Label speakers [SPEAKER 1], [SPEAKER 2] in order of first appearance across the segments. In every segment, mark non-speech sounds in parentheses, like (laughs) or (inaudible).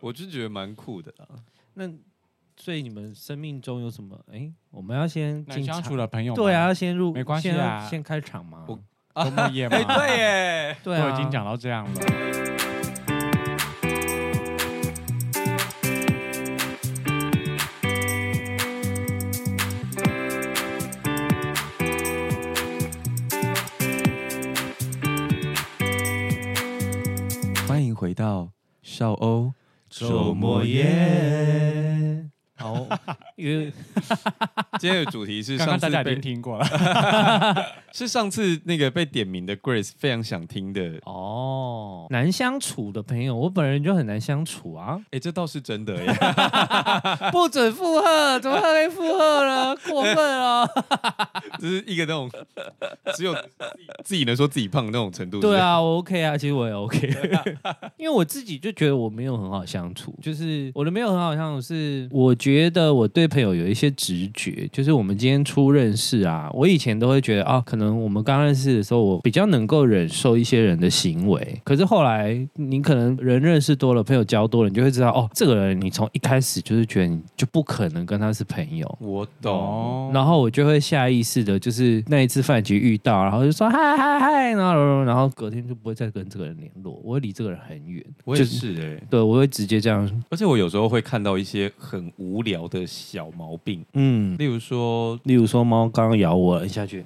[SPEAKER 1] 我就觉得蛮酷的啦。
[SPEAKER 2] 那所以你们生命中有什么？哎、我们要先
[SPEAKER 3] 那你
[SPEAKER 2] 进
[SPEAKER 3] 相
[SPEAKER 2] 场，
[SPEAKER 3] 处的朋友
[SPEAKER 2] 对啊，
[SPEAKER 3] 吗，
[SPEAKER 2] 要先入，
[SPEAKER 3] 没关系
[SPEAKER 2] 先要
[SPEAKER 3] 啊
[SPEAKER 2] 先开场嘛。
[SPEAKER 1] 我
[SPEAKER 3] 多么
[SPEAKER 2] (laughs)
[SPEAKER 3] 野蛮，
[SPEAKER 1] 哎、对耶，
[SPEAKER 2] 对啊，
[SPEAKER 3] 都已经讲到这样了，
[SPEAKER 1] (laughs) 欢迎回到少欧
[SPEAKER 2] 周末夜。好，因为
[SPEAKER 1] 今天的主题是
[SPEAKER 3] (laughs) 刚
[SPEAKER 1] 上
[SPEAKER 3] 刚大
[SPEAKER 1] 次
[SPEAKER 3] 家已
[SPEAKER 1] 被
[SPEAKER 3] 经听过了，
[SPEAKER 1] 是上次那个被点名的 Grace 非常想听的。，
[SPEAKER 2] (laughs) 哦，难相处的朋友，我本人就很难相处啊
[SPEAKER 3] (laughs)
[SPEAKER 1] 哎、这倒是真的耶！
[SPEAKER 2] 不准附和，怎么会附和了？过分了。
[SPEAKER 1] 这是一个那种只有自己能说自己胖的那种程度。
[SPEAKER 2] 对，啊，我 OK 啊，其实我也 OK，因为
[SPEAKER 1] (laughs)
[SPEAKER 2] 我自己就觉得我没有很好相处，就是我的没有很好相处是，我觉得我对朋友有一些直觉，就是我们今天初认识啊，我以前都会觉得啊，可能我们刚认识的时候，我比较能够忍受一些人的行为，可是后来你可能人认识多了，朋友交多了，你就会知道哦，这个人你从一开始就是觉得你就不可能跟他是朋友，
[SPEAKER 1] 我懂。
[SPEAKER 3] 哦
[SPEAKER 2] 然后我就会下意识的，就是那一次饭局遇到，然后就说嗨嗨嗨，然后然后隔天就不会再跟这个人联络，我会离这个人很远。
[SPEAKER 1] 我也是哎、
[SPEAKER 2] 对，我会直接这样，
[SPEAKER 1] 而且我有时候会看到一些很无聊的小毛病，
[SPEAKER 2] 嗯，
[SPEAKER 1] 例如说，
[SPEAKER 2] 例如说猫刚刚咬我了一下去，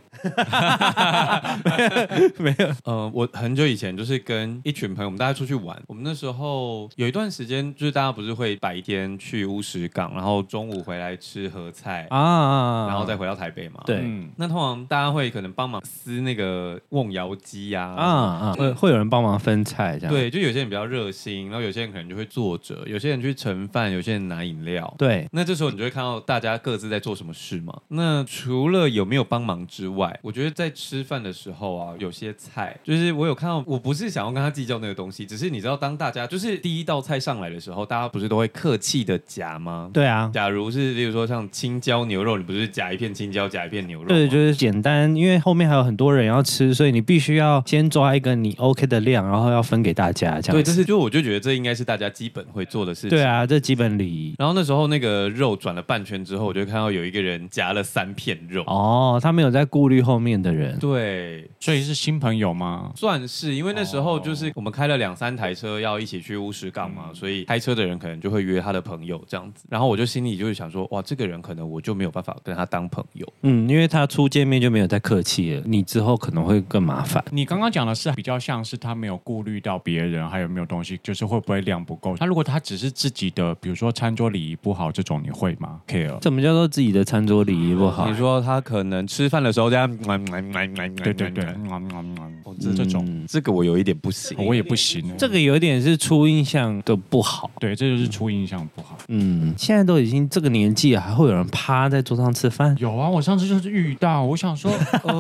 [SPEAKER 1] 呃，我很久以前就是跟一群朋友，我们大家出去玩，我们那时候有一段时间，就是大家不是会白天去乌石港，然后中午回来吃合菜，
[SPEAKER 2] 啊，
[SPEAKER 1] 然后再回到台北嘛。
[SPEAKER 2] 对
[SPEAKER 3] 嗯，
[SPEAKER 1] 那通常大家会可能帮忙撕那个瓮窑鸡呀，
[SPEAKER 2] 啊啊，会会有人帮忙分菜这样，
[SPEAKER 1] 对，就有些人比较热心，然后有些人可能就会坐着，有些人去盛饭，有些人拿饮料。
[SPEAKER 2] 对，
[SPEAKER 1] 那这时候你就会看到大家各自在做什么事嘛。那除了有没有帮忙之外，我觉得在吃饭的时候啊，有些菜就是我有看到，我不是想要跟他计较那个东西，只是你知道，当大家就是第一道菜上来的时候，大家不是都会客气的夹吗？
[SPEAKER 2] 对啊，
[SPEAKER 1] 假如是，例如说像青椒牛肉，你不是夹一片青椒，夹一片牛肉吗？
[SPEAKER 2] 对，就是简单，因为后面还有很多人要吃，所以你必须要先抓一个你 OK 的量，然后要分给大家这
[SPEAKER 1] 对，
[SPEAKER 2] 样
[SPEAKER 1] 这
[SPEAKER 2] 子。
[SPEAKER 1] 是就我就觉得这应该是大家基本会做的事情。
[SPEAKER 2] 对啊，这基本礼仪。
[SPEAKER 1] 然后那时候那个肉转了半圈之后，我就看到有一个人夹了三片肉。
[SPEAKER 2] 哦，他没有在顾虑后面的人。
[SPEAKER 1] 对，
[SPEAKER 3] 所以是新朋友吗？
[SPEAKER 1] 算是因为那时候就是我们开了两三台车要一起去乌石港嘛，所以开车的人可能就会约他的朋友这样子。然后我就心里就是想说，哇，这个人可能我就没有办法跟他当朋友。
[SPEAKER 2] 嗯，因为他初见面就没有再客气了，你之后可能会更麻烦。
[SPEAKER 3] 你刚刚讲的是比较像是他没有顾虑到别人还有没有东西，就是会不会量不够。那如果他只是自己的，比如说餐桌礼仪不好这种，你会吗？care？
[SPEAKER 2] 怎么叫做自己的餐桌礼仪不好
[SPEAKER 1] 你？说他可能吃饭的时候这样，嗯
[SPEAKER 3] 对
[SPEAKER 1] 对
[SPEAKER 3] 对对，嗯嗯嗯嗯哦这这种
[SPEAKER 2] 嗯
[SPEAKER 1] 这个我有一点不行。
[SPEAKER 3] 我也不行欸。
[SPEAKER 2] 这个有点是初印象的不好。
[SPEAKER 3] 对，这就是初印象不好。
[SPEAKER 2] 嗯，现在都已经这个年纪了，还会有人趴在桌上吃饭？
[SPEAKER 3] 有啊，我上次就是遇到，我想说，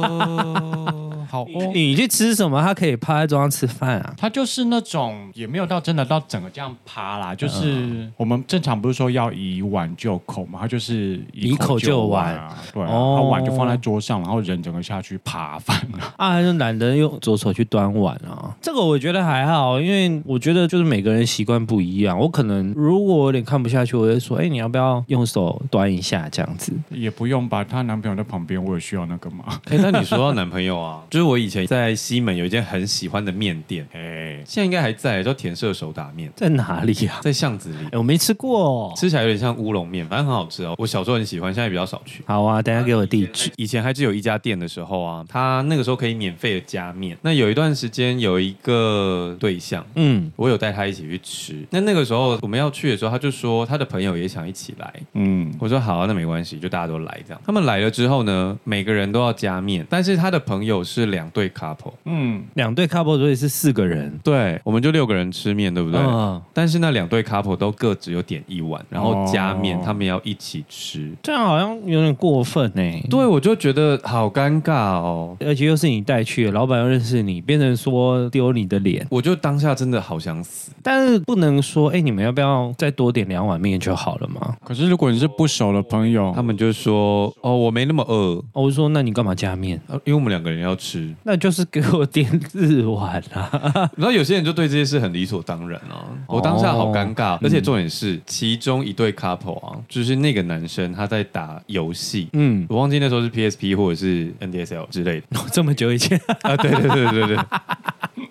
[SPEAKER 3] 呃，好哦。
[SPEAKER 2] 你去吃什么？他可以趴在桌上吃饭啊？
[SPEAKER 3] 他就是那种也没有到真的到整个这样趴
[SPEAKER 2] 嗯
[SPEAKER 3] 啦，就是我们正常不是说要以碗就口嘛，他就是
[SPEAKER 2] 以口就
[SPEAKER 3] 碗啊，对啊，
[SPEAKER 2] 哦
[SPEAKER 3] 他碗就放在桌上，然后人整个下去扒饭 (laughs) 啊，
[SPEAKER 2] 啊，他就懒得用左手去端碗啊。这个我觉得还好，因为我觉得就是每个人习惯不一样。我可能如果我有点看不下去，我会说，哎、你要不要用手端一下这样子？
[SPEAKER 3] 也不用吧，她男朋友在旁边，我有需要那个
[SPEAKER 2] (laughs)
[SPEAKER 3] 吗？
[SPEAKER 1] 哎，那你说到男朋友 (laughs) 啊，就是我以前在西门有一间很喜欢的面店，
[SPEAKER 3] 哎，
[SPEAKER 1] 现在应该还在，叫田舍手打面，
[SPEAKER 2] 在哪里啊？
[SPEAKER 1] 在巷子里
[SPEAKER 2] (laughs) 哎、。我没吃过、哦。
[SPEAKER 1] 吃起来有点像乌龙面，反正很好吃哦。我小时候很喜欢，现在比较少去。
[SPEAKER 2] 好啊，等一下给我地址。
[SPEAKER 1] 以前还只有一家店的时候啊，他那个时候可以免费的加面。那有一段时间有一个对象，
[SPEAKER 2] 嗯，
[SPEAKER 1] 我有带他一起去吃。那那个时候我们要去的时候，他就说他的朋友也想一起来。
[SPEAKER 3] 嗯，
[SPEAKER 1] 我说好、啊，那没关系，就大家都来这样。他们来了之后呢，每个人都要加面，但是他的朋友是两对 couple，
[SPEAKER 3] 嗯，
[SPEAKER 2] 两对 couple 所以是四个人，
[SPEAKER 1] 对，我们就六个人吃面，对不对？
[SPEAKER 2] 嗯，
[SPEAKER 1] 但是那两对 couple 都各只有点一碗，然后加面，
[SPEAKER 3] 哦
[SPEAKER 1] 他们要一起吃。
[SPEAKER 2] 这样好像有点过分呢、
[SPEAKER 1] 对，我就觉得好尴尬哦。
[SPEAKER 2] 而且又是你带去的，老板又认识你，变成说丢你的脸，
[SPEAKER 1] 我就当下真的好想死，
[SPEAKER 2] 但是不能说，哎、你们要不要再多点两碗面就好了嘛？
[SPEAKER 3] 可是如果你是不熟的朋友，
[SPEAKER 1] 他们就说：“哦，我没那么饿，
[SPEAKER 2] 哦，我说那你干嘛加面？
[SPEAKER 1] 啊因为我们两个人要吃 (laughs) 吃。
[SPEAKER 2] 那就是给我点日碗啊！ (laughs)
[SPEAKER 1] 然后有些人就对这些事很理所当然啊，我当下好尴尬，而且重点是其中一对 couple 啊，就是那个男生他在打游戏。
[SPEAKER 2] 嗯，
[SPEAKER 1] 我忘记那时候是 PSP 或者是 NDSL 之类的
[SPEAKER 2] 这么久以前，
[SPEAKER 1] (laughs)
[SPEAKER 2] (laughs)
[SPEAKER 1] 啊，对对对 (laughs) 对对对，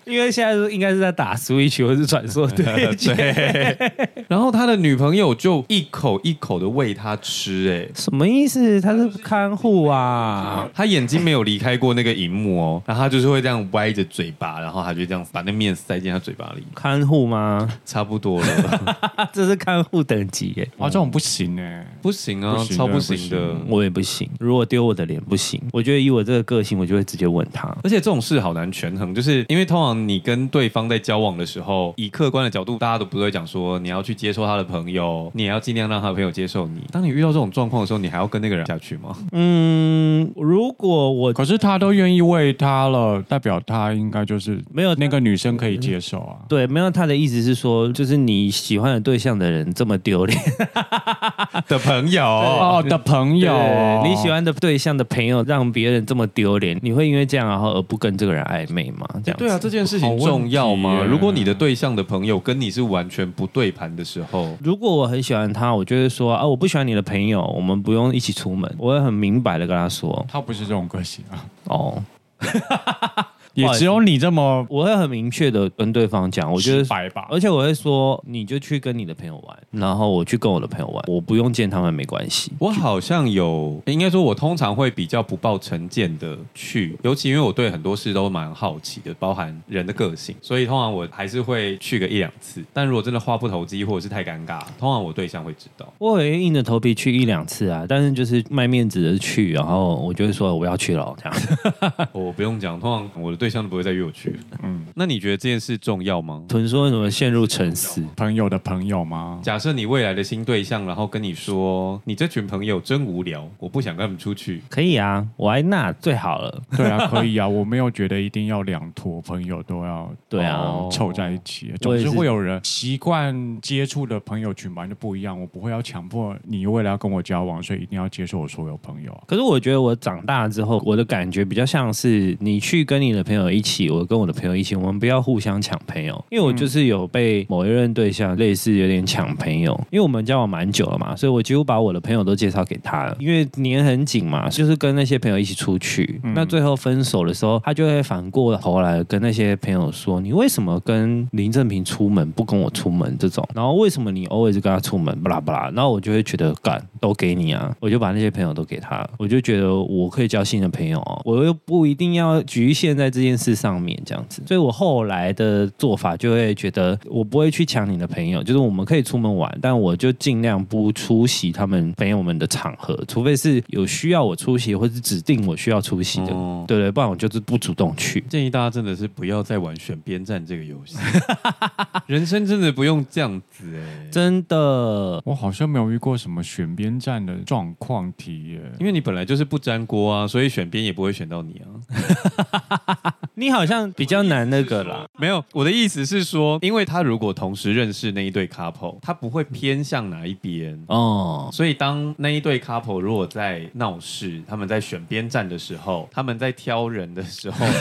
[SPEAKER 2] 因为现在应该是在打 Switch 或是传说 (laughs) 对决。
[SPEAKER 1] 然后他的女朋友就一口一口的喂他吃、哎，
[SPEAKER 2] 什么意思？他是看护啊？
[SPEAKER 1] 他眼睛没有离开过那个荧幕哦，然后他就是会这样歪着嘴巴，然后他就这样把那面塞进他嘴巴里，
[SPEAKER 2] 看护吗？
[SPEAKER 1] 差不多了，
[SPEAKER 2] (laughs) 啊，这是看护等级耶！
[SPEAKER 3] 啊，这种不行哎、
[SPEAKER 1] 不行啊，
[SPEAKER 3] 不行的
[SPEAKER 1] 超不行的。
[SPEAKER 3] 不
[SPEAKER 2] 我也不行，如果丢我的脸不行，我觉得以我这个个性，我就会直接问他。
[SPEAKER 1] 而且这种事好难权衡，就是因为通常你跟对方在交往的时候，以客观的角度，大家都不会讲说你要去接受他的朋友，你也要尽量让他的朋友接受你。当你遇到这种状况的时候，你还要跟那个人下去吗？
[SPEAKER 3] (laughs)
[SPEAKER 2] 嗯，如果我
[SPEAKER 3] 可是他都愿意喂他了，代表他应该就是
[SPEAKER 2] 没有
[SPEAKER 3] 那个女生可以接受啊。
[SPEAKER 2] 对，没有他的意思是说，就是你喜欢的对象的人这么丢脸，
[SPEAKER 1] 的朋友，
[SPEAKER 3] 哦的朋
[SPEAKER 2] (laughs)
[SPEAKER 3] 友，哦
[SPEAKER 2] 你喜欢的对象的朋友让别人这么丢脸，你会因为这样然后而不跟这个人暧昧吗？这样
[SPEAKER 1] 对啊，这件事
[SPEAKER 3] 好
[SPEAKER 1] 情
[SPEAKER 3] 问题哦
[SPEAKER 1] 重要吗？
[SPEAKER 3] 耶
[SPEAKER 1] 如果你的对象的朋友跟你是完全不对盘的时候，
[SPEAKER 2] 如果我很喜欢他，我就会说啊，我不喜欢你的朋友，我们不用一起出门。我会很明白的跟他说，
[SPEAKER 3] 他不是这种个性啊，
[SPEAKER 2] 哦，
[SPEAKER 3] 也只有你这么
[SPEAKER 2] 我会很明确的跟对方讲，我觉
[SPEAKER 3] 直
[SPEAKER 2] 得，
[SPEAKER 3] 白吧。
[SPEAKER 2] 而且我会说，你就去跟你的朋友玩，然后我去跟我的朋友玩，我不用见他们没关系。
[SPEAKER 1] 我好像有，应该说，我通常会比较不抱成见的去，尤其因为我对很多事都蛮好奇的，包含人的个性，所以通常我还是会去个一两次。但如果真的话不投机或者是太尴尬，通常我对象会知道。 (laughs)
[SPEAKER 2] 我也硬着头皮去一两次啊，但是就是卖面子的去，然后我就会说我要去了这样。 (laughs)
[SPEAKER 1] 哦我不用讲，通常我的对象都不会再约我去。嗯，那你觉得这件事重要吗？
[SPEAKER 2] 屯说为什么陷入沉思？
[SPEAKER 3] 朋友的朋友
[SPEAKER 2] (laughs)
[SPEAKER 3] 吗？
[SPEAKER 1] 假设你未来的新对象，然后跟你说，你这群朋友真无聊，我不想跟他们出去。
[SPEAKER 2] 可以啊，我爱那最好了。
[SPEAKER 3] 对啊，可以啊，我没有觉得一定要两坨朋友都要
[SPEAKER 2] 对啊
[SPEAKER 3] 哦凑在一起，
[SPEAKER 2] 我
[SPEAKER 3] 总
[SPEAKER 2] 也
[SPEAKER 3] 是
[SPEAKER 2] 是
[SPEAKER 3] 会有人习惯接触的朋友群吧，就不一样。我不会要强迫你为了要跟我交往，所以一定要接受我所有朋友啊。
[SPEAKER 2] 可是我觉得我长大之后，我的感觉比较像是你去跟你的朋友一起，我跟我的朋友一起，我们不要互相抢朋友，因为我就是有被某一任对象类似有点抢朋友，因为我们交往蛮久了嘛，所以我几乎把我的朋友都介绍给他了，因为年很紧嘛，就是跟那些朋友一起出去，那最后分手的时候，他就会反过头来跟那些朋友说，你为什么跟林正平出门不跟我出门这种，然后为什么你 always 跟他出门，巴拉巴拉，然后我就会觉得干都给你啊，我就把那些朋友都给他了，我就觉得我可以交新的朋友哦，我又不一定要局限在这件事上面这样子，所以我后来的做法就会觉得我不会去抢你的朋友，就是我们可以出门玩，但我就尽量不出席他们朋友们的场合，除非是有需要我出席或是指定我需要出席的，
[SPEAKER 1] 哦
[SPEAKER 2] 对对，不然我就是不主动去。
[SPEAKER 1] 建议大家真的是不要再玩选边站这个游戏， (laughs) 人生真的不用这样子哎、
[SPEAKER 2] 真的，
[SPEAKER 3] 我好像没有遇过什么选边站的状况题
[SPEAKER 2] (laughs)
[SPEAKER 3] 耶。
[SPEAKER 1] 因为你本来就是不沾锅啊，所以选边也不会选到你啊。
[SPEAKER 2] 你好像比较难那个啦。
[SPEAKER 1] 没有，我的意思是说，因为他如果同时认识那一对 couple，他不会偏向哪一边。
[SPEAKER 2] 哦，
[SPEAKER 1] 所以，当那一对 couple 如果在闹事，他们在选边站的时候，他们在挑人的时候，
[SPEAKER 3] 哦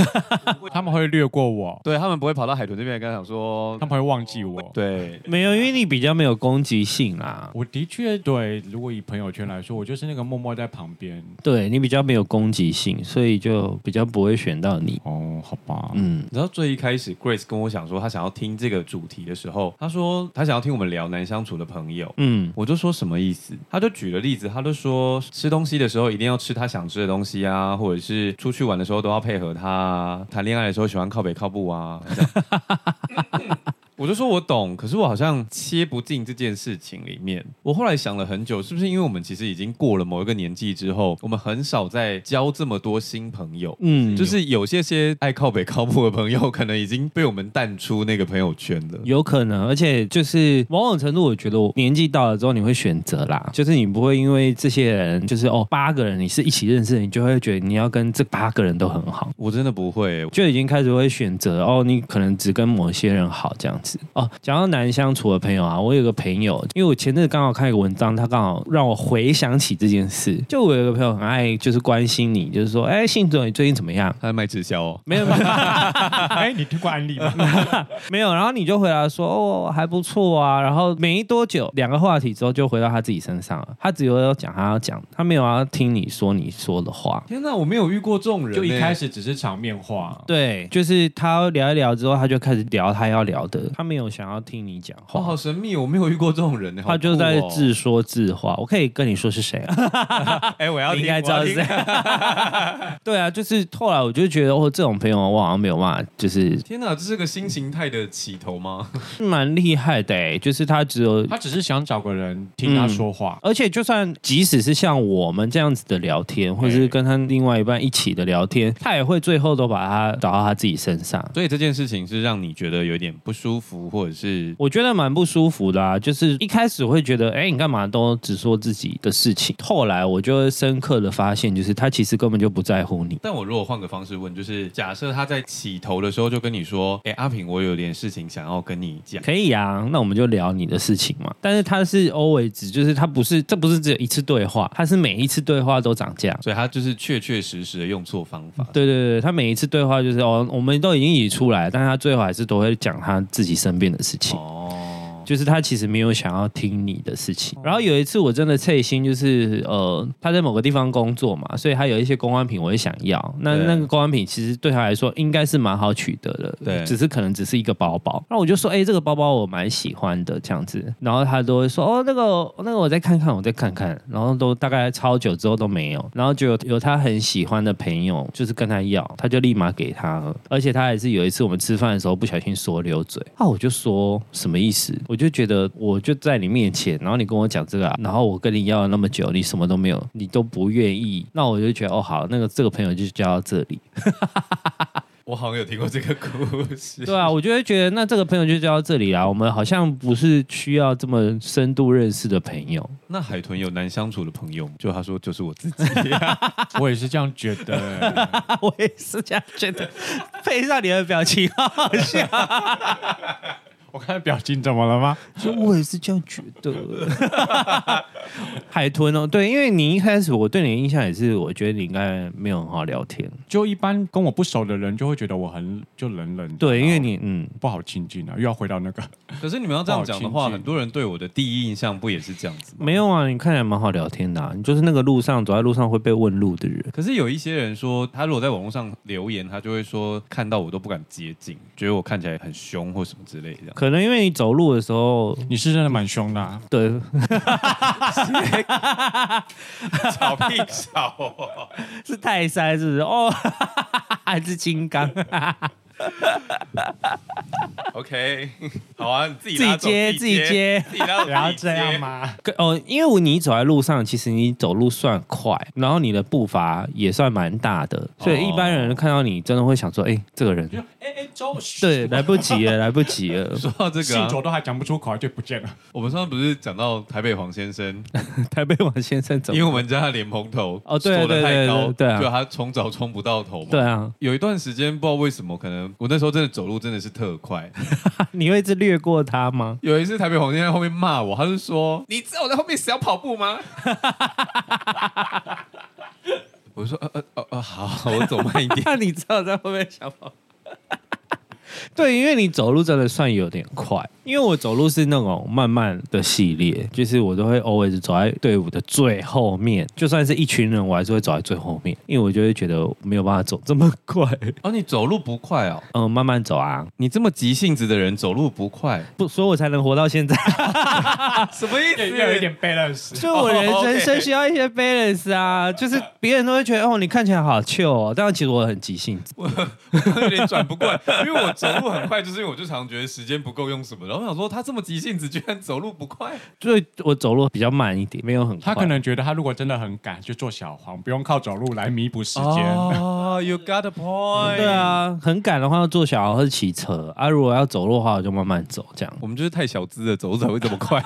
[SPEAKER 3] 他们会略过我，
[SPEAKER 1] 对他们不会跑到海豚这边来跟他讲说
[SPEAKER 3] 他，们会忘记我。
[SPEAKER 1] 对，
[SPEAKER 2] 没有，因为你比较没有攻击性啊啦。
[SPEAKER 3] 我的确对，如果以朋友圈来说，我就是那个默默在旁边。
[SPEAKER 2] 对你比较没有攻击性，所以就比较不会选到你。
[SPEAKER 3] 哦，好
[SPEAKER 2] (laughs)
[SPEAKER 3] 吧，
[SPEAKER 2] 嗯，
[SPEAKER 1] 你知道最一开始 Grace 跟我讲说，她想要听这个主题的时候，她说她想要听我们聊难相处的朋友。
[SPEAKER 2] 嗯，
[SPEAKER 1] 我就说什么意思？她就举了例子，她就说吃东西的时候一定要吃她想吃的东西啊，或者是出去玩的时候都要配合她啊，谈恋爱的时候喜欢靠北靠步啊。这样我就说我懂，可是我好像切不进这件事情里面。我后来想了很久，是不是因为我们其实已经过了某一个年纪之后，我们很少再交这么多新朋友？
[SPEAKER 2] 嗯，
[SPEAKER 1] 就是有些些爱靠北 (laughs) 靠谱的朋友，可能已经被我们淡出那个朋友圈了。
[SPEAKER 2] 有可能，而且就是某种程度，我觉得我年纪到了之后，你会选择啦，就是你不会因为这些人，就是哦八个人你是一起认识的，你就会觉得你要跟这八个人都很好，
[SPEAKER 1] 我真的不会欸、
[SPEAKER 2] 就已经开始会选择哦，你可能只跟某些人好这样子。子哦。讲到难相处的朋友啊，我有个朋友，因为我前阵子刚好看一个文章，他刚好让我回想起这件事。就我有个朋友很爱就是关心你，就是说，哎，信总你最近怎么样？
[SPEAKER 1] 他在卖直销哦，
[SPEAKER 2] 没有 (laughs) 吧？
[SPEAKER 3] 哎，你听过安利吗？
[SPEAKER 2] 没有，然后你就回答说哦还不错啊，然后没多久两个话题之后就回到他自己身上了，他只有要讲他要讲，他没有要听你说你说的话。
[SPEAKER 1] 天哪，我没有遇过这种人欸，
[SPEAKER 3] 就一开始只是场面话，
[SPEAKER 2] 对，就是他聊一聊之后，他就开始聊他要聊的，他没有想要听你讲
[SPEAKER 1] 哇，
[SPEAKER 2] 话，
[SPEAKER 1] 好神秘，我没有遇过这种人欸，好
[SPEAKER 2] 他就在
[SPEAKER 1] 酷哦
[SPEAKER 2] 自说自话。我可以跟你说是谁啊？
[SPEAKER 1] (laughs) 哎， (laughs) 我要
[SPEAKER 2] 你应
[SPEAKER 1] 听
[SPEAKER 2] 该知道
[SPEAKER 1] 我要
[SPEAKER 2] 是
[SPEAKER 1] 听
[SPEAKER 2] 谁。 (laughs) 对啊，就是后来我就觉得哦，这种朋友我好像没有办法，就是
[SPEAKER 1] 天哪，这是个新形态的起头 (laughs) 吗？
[SPEAKER 2] 蛮厉害的、欸，就是他只有
[SPEAKER 3] 他只是想找个人听他说话。
[SPEAKER 2] 而且，就算即使是像我们这样子的聊天，或者是跟他另外一半一起的聊天，他也会最后都把它导到他自己身上。
[SPEAKER 1] 所以这件事情是让你觉得有点不舒服，或者是
[SPEAKER 2] 我觉得蛮不舒服的啊，就是一开始会觉得，哎、你干嘛都只说自己的事情？后来我就深刻的发现，就是他其实根本就不在乎你。
[SPEAKER 1] 但我如果换个方式问，就是假设他在起头的时候就跟你说：“哎、阿平，我有点事情想要跟你讲。
[SPEAKER 2] 可以啊，那我们就聊你的事情嘛。但是他是 always，就是他不是，这不是只有一次对话，他是每一次对话都涨价”。
[SPEAKER 1] 所以他就是确确实实的用错方法。
[SPEAKER 2] 对对对，他每一次对话就是哦，我们都已经已出来，但是他最后还是都会讲他自己身边的事情。
[SPEAKER 1] 哦，
[SPEAKER 2] 就是他其实没有想要听你的事情。然后有一次我真的脆心，就是呃，他在某个地方工作嘛，所以他有一些公关品我也想要。那
[SPEAKER 1] 对
[SPEAKER 2] 那个公关品其实对他来说应该是蛮好取得的，
[SPEAKER 1] 对
[SPEAKER 2] 只是可能只是一个包包。那我就说，哎、这个包包我蛮喜欢的这样子。然后他都会说，哦，那个那个我再看看，我再看看。然后都大概超久之后都没有，然后就有有他很喜欢的朋友就是跟他要，他就立马给他了。而且他还是有一次我们吃饭的时候不小心说溜嘴啊，我就说什么意思？我就觉得我就在你面前，然后你跟我讲这个啊、然后我跟你要了那么久，你什么都没有，你都不愿意，那我就觉得哦好，那个这个朋友就交到这里。
[SPEAKER 1] 我好像有听过这个故事。
[SPEAKER 2] (laughs) 对啊，我就会觉得那这个朋友就交到这里啊啦，我们好像不是需要这么深度认识的朋 (laughs) 友。
[SPEAKER 1] 那海豚有难相处的朋友吗，就他说就是我自己。
[SPEAKER 3] 我也是这样觉得。欸
[SPEAKER 2] 啊我也是这样觉得，配上你的表情，啊 (laughs) 好好笑。
[SPEAKER 3] (laughs) 我看表情怎么了吗？
[SPEAKER 2] 所以我也是这样觉得。海豚哦，对，因为你一开始我对你的印象也是，我觉得你应该没有很好聊天。
[SPEAKER 3] 就一般跟我不熟的人就会觉得我很就冷冷的，
[SPEAKER 2] 对，因为
[SPEAKER 3] 然后
[SPEAKER 2] 你嗯，
[SPEAKER 3] 不好亲近啊，又要回到那个
[SPEAKER 1] 可是你们要这样讲的话，
[SPEAKER 3] 哇亲近
[SPEAKER 1] 很多人对我的第一印象不也是这样子吗？
[SPEAKER 2] 没有啊，你看起来蛮好聊天的、啊，你就是那个路上走在路上会被问路的人。
[SPEAKER 1] 可是有一些人说，他如果在网络上留言，他就会说看到我都不敢接近，觉得我看起来很凶或什么之类的。
[SPEAKER 2] 可能因为你走路的时候，
[SPEAKER 3] 你是真的蛮凶的、啊，
[SPEAKER 2] 对，
[SPEAKER 1] 吵屁吵、哦！
[SPEAKER 2] (laughs) 是泰山是不是？哦， (laughs) 还是金刚，
[SPEAKER 1] OK，好啊，你自己
[SPEAKER 2] 自己
[SPEAKER 1] 拉走
[SPEAKER 2] 接
[SPEAKER 1] 自
[SPEAKER 2] 自
[SPEAKER 1] 己
[SPEAKER 2] 己接。
[SPEAKER 1] 自己拉走
[SPEAKER 3] 不要
[SPEAKER 1] 自己
[SPEAKER 3] 这样吗？
[SPEAKER 2] 跟哦，因为你走在路上，其实你走路算快，然后你的步伐也算蛮大的，所以一般人看到你真的会想说，哎、这个人
[SPEAKER 3] (laughs) 就哎哎周
[SPEAKER 2] 对，来不及了，来不及了。
[SPEAKER 1] 说到这个
[SPEAKER 3] 信
[SPEAKER 1] 啊、
[SPEAKER 3] 卓都还讲不出口就不见了，
[SPEAKER 1] 我们上次不是讲到台北黄先生，
[SPEAKER 2] (laughs) 台北王先生怎
[SPEAKER 1] 因为
[SPEAKER 2] 么？
[SPEAKER 1] 我们家的脸蓬头
[SPEAKER 2] 哦对啊
[SPEAKER 1] 做得太高，
[SPEAKER 2] 对对对对啊
[SPEAKER 1] 就他冲澡冲不到头嘛。
[SPEAKER 2] 对啊，
[SPEAKER 1] 有一段时间不知道为什么，可能我那时候真的走路真的是特快。
[SPEAKER 2] (laughs)
[SPEAKER 1] (laughs)
[SPEAKER 2] 你会一直略过他吗？
[SPEAKER 1] 有一次台北黄先生在后面骂我，他就说：“你知道我在后面想跑步吗？” (laughs) 我就说：“呃呃呃呃，好，我走慢一
[SPEAKER 2] (laughs)
[SPEAKER 1] 点。 (laughs)
[SPEAKER 2] 那你知道在后面小跑。 (laughs) 对，因为你走路真的算有点快，因为我走路是那种慢慢的系列，就是我都会 always 走在队伍的最后面，就算是一群人，我还是会走在最后面，因为我就会觉得没有办法走这么快，” (laughs)
[SPEAKER 1] 哦，你走路不快哦？
[SPEAKER 2] 嗯，慢慢走啊，
[SPEAKER 1] 你这么急性子的人走路不快，
[SPEAKER 2] 不，所以我才能活到现 (laughs) 在，
[SPEAKER 1] (laughs) 什么意
[SPEAKER 3] 又又有一点
[SPEAKER 2] (laughs)
[SPEAKER 3] balance。
[SPEAKER 2] 所以我人
[SPEAKER 1] 哦，OK
[SPEAKER 2] 人生需要一些 balance 啊，就是别人都会觉得哦，你看起来好 chill 哦，但其实我很急性子。
[SPEAKER 1] 有点转不过来，因为我走路很快，就是因为我就常觉得时间不够用什么，然后我想说他这么急性子，居然走路不快，
[SPEAKER 2] 所以我走路比较慢一点，没有很快。
[SPEAKER 3] 他可能觉得他如果真的很赶，就做小黄，不用靠走路来弥补时间。
[SPEAKER 1] 哦、y o u got a
[SPEAKER 3] (laughs)
[SPEAKER 1] point，
[SPEAKER 2] 对，啊，很赶的话要坐小孩或者骑车啊，如果要走路的话，我就慢慢走这样。
[SPEAKER 1] 我们就是太小资了，走路才会这么快。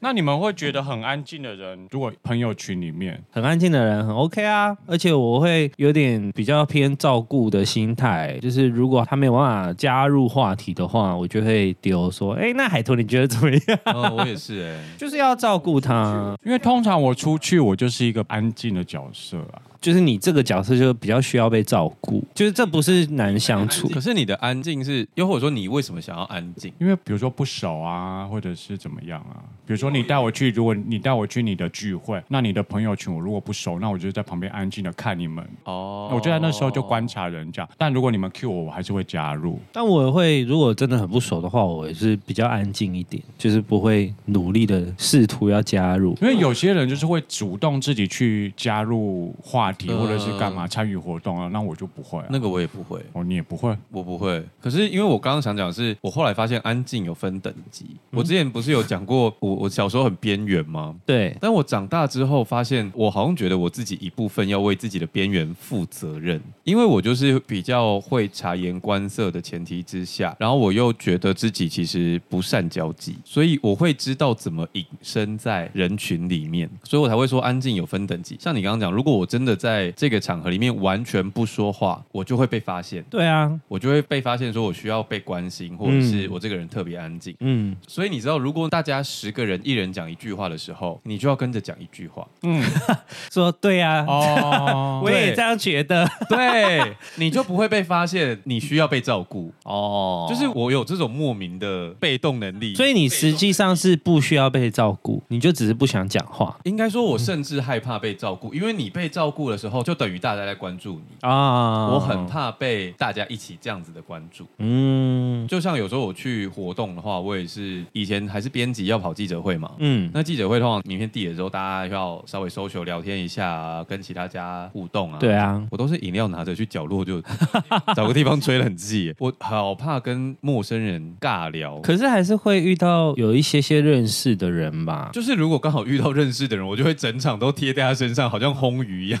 [SPEAKER 3] 那你们会觉得很安静的人，如果朋友群里面，
[SPEAKER 2] 很安静的人很 OK 啊，而且我会有点比较偏照顾的心态，就是如果他没有办法加入话题的话，我就会丢说，哎、那海豚你觉得怎么样？ (laughs)
[SPEAKER 1] (laughs) 哦，我也是哎、
[SPEAKER 3] (laughs)
[SPEAKER 2] 就是要照顾他，
[SPEAKER 3] 因为通常我出去，我就是一个安静的角色啊。
[SPEAKER 2] 就是你这个角色就比较需要被照顾，就是这不是难相处
[SPEAKER 1] 可，是你的安静是，又或者说你为什么想要安静？
[SPEAKER 3] 因为比如说不熟啊，或者是怎么样啊，比如说你带我去，如果你带我去你的聚会，那你的朋友群我如果不熟，那我就在旁边安静的看你们。
[SPEAKER 1] 哦
[SPEAKER 3] 那我就在那时候就观察人家，但如果你们 cue 我，我还是会加入。
[SPEAKER 2] 但我会如果真的很不熟的话，我也是比较安静一点，就是不会努力的试图要加入。
[SPEAKER 3] 因为有些人就是会主动自己去加入话题，
[SPEAKER 1] 嗯
[SPEAKER 3] 或者是干嘛参与活动啊，那我就不会、啊。
[SPEAKER 1] 那个我也不会，
[SPEAKER 3] 哦，你也不会，
[SPEAKER 1] 我不会。可是因为我刚刚想讲的是，我后来发现安静有分等级。我之前不是有讲过，我我小时候很边缘吗？
[SPEAKER 2] 对，
[SPEAKER 1] 但我长大之后发现，我好像觉得我自己一部分要为自己的边缘负责任，因为我就是比较会察言观色的前提之下，然后我又觉得自己其实不善交际， (laughs) 所以我会知道怎么隐身在人群里面，所以我才会说安静有分等级。像你刚刚讲，如果我真的在这个场合里面完全不说话，我就会被发现，
[SPEAKER 2] 对啊，
[SPEAKER 1] 我就会被发现说我需要被关心，或者是
[SPEAKER 2] 嗯
[SPEAKER 1] 我这个人特别安静。
[SPEAKER 2] 嗯，
[SPEAKER 1] 所以你知道，如果大家十个人一人讲一句话的时候，你就要跟着讲一句话。
[SPEAKER 3] (laughs) 嗯，
[SPEAKER 2] 说对啊，
[SPEAKER 1] (laughs)
[SPEAKER 3] 哦，
[SPEAKER 2] 我也这样觉得。
[SPEAKER 1] 对，你就不会被发现，你需要被照顾。
[SPEAKER 2] (laughs) 哦，
[SPEAKER 1] 就是我有这种莫名的被动能力，
[SPEAKER 2] (laughs) 所以你实际上是不需要被照顾，你就只是不想讲话
[SPEAKER 1] 应该说，我甚至害怕被照顾，因为你被照顾的时候，就等于大家在关注你。
[SPEAKER 2] 啊
[SPEAKER 1] 我很，怕被大家一起这样子的关注，
[SPEAKER 2] 嗯
[SPEAKER 1] 就像有时候我去活动的话，我也是以前还是编辑要跑记者会嘛，
[SPEAKER 2] 嗯，
[SPEAKER 1] 那记者会通常名片递的时候，大家要稍微 social 聊天一下、啊，跟其他家互动啊。
[SPEAKER 2] 对啊，
[SPEAKER 1] 我都是饮料拿着去角落就 (laughs) 找个地方吹冷气耶，我好怕跟陌生人尬聊。
[SPEAKER 2] 可是还是会遇到有一些些认识的人吧。
[SPEAKER 1] 就是如果刚好遇到认识的人，我就会整场都贴在他身上，好像烘鱼一样。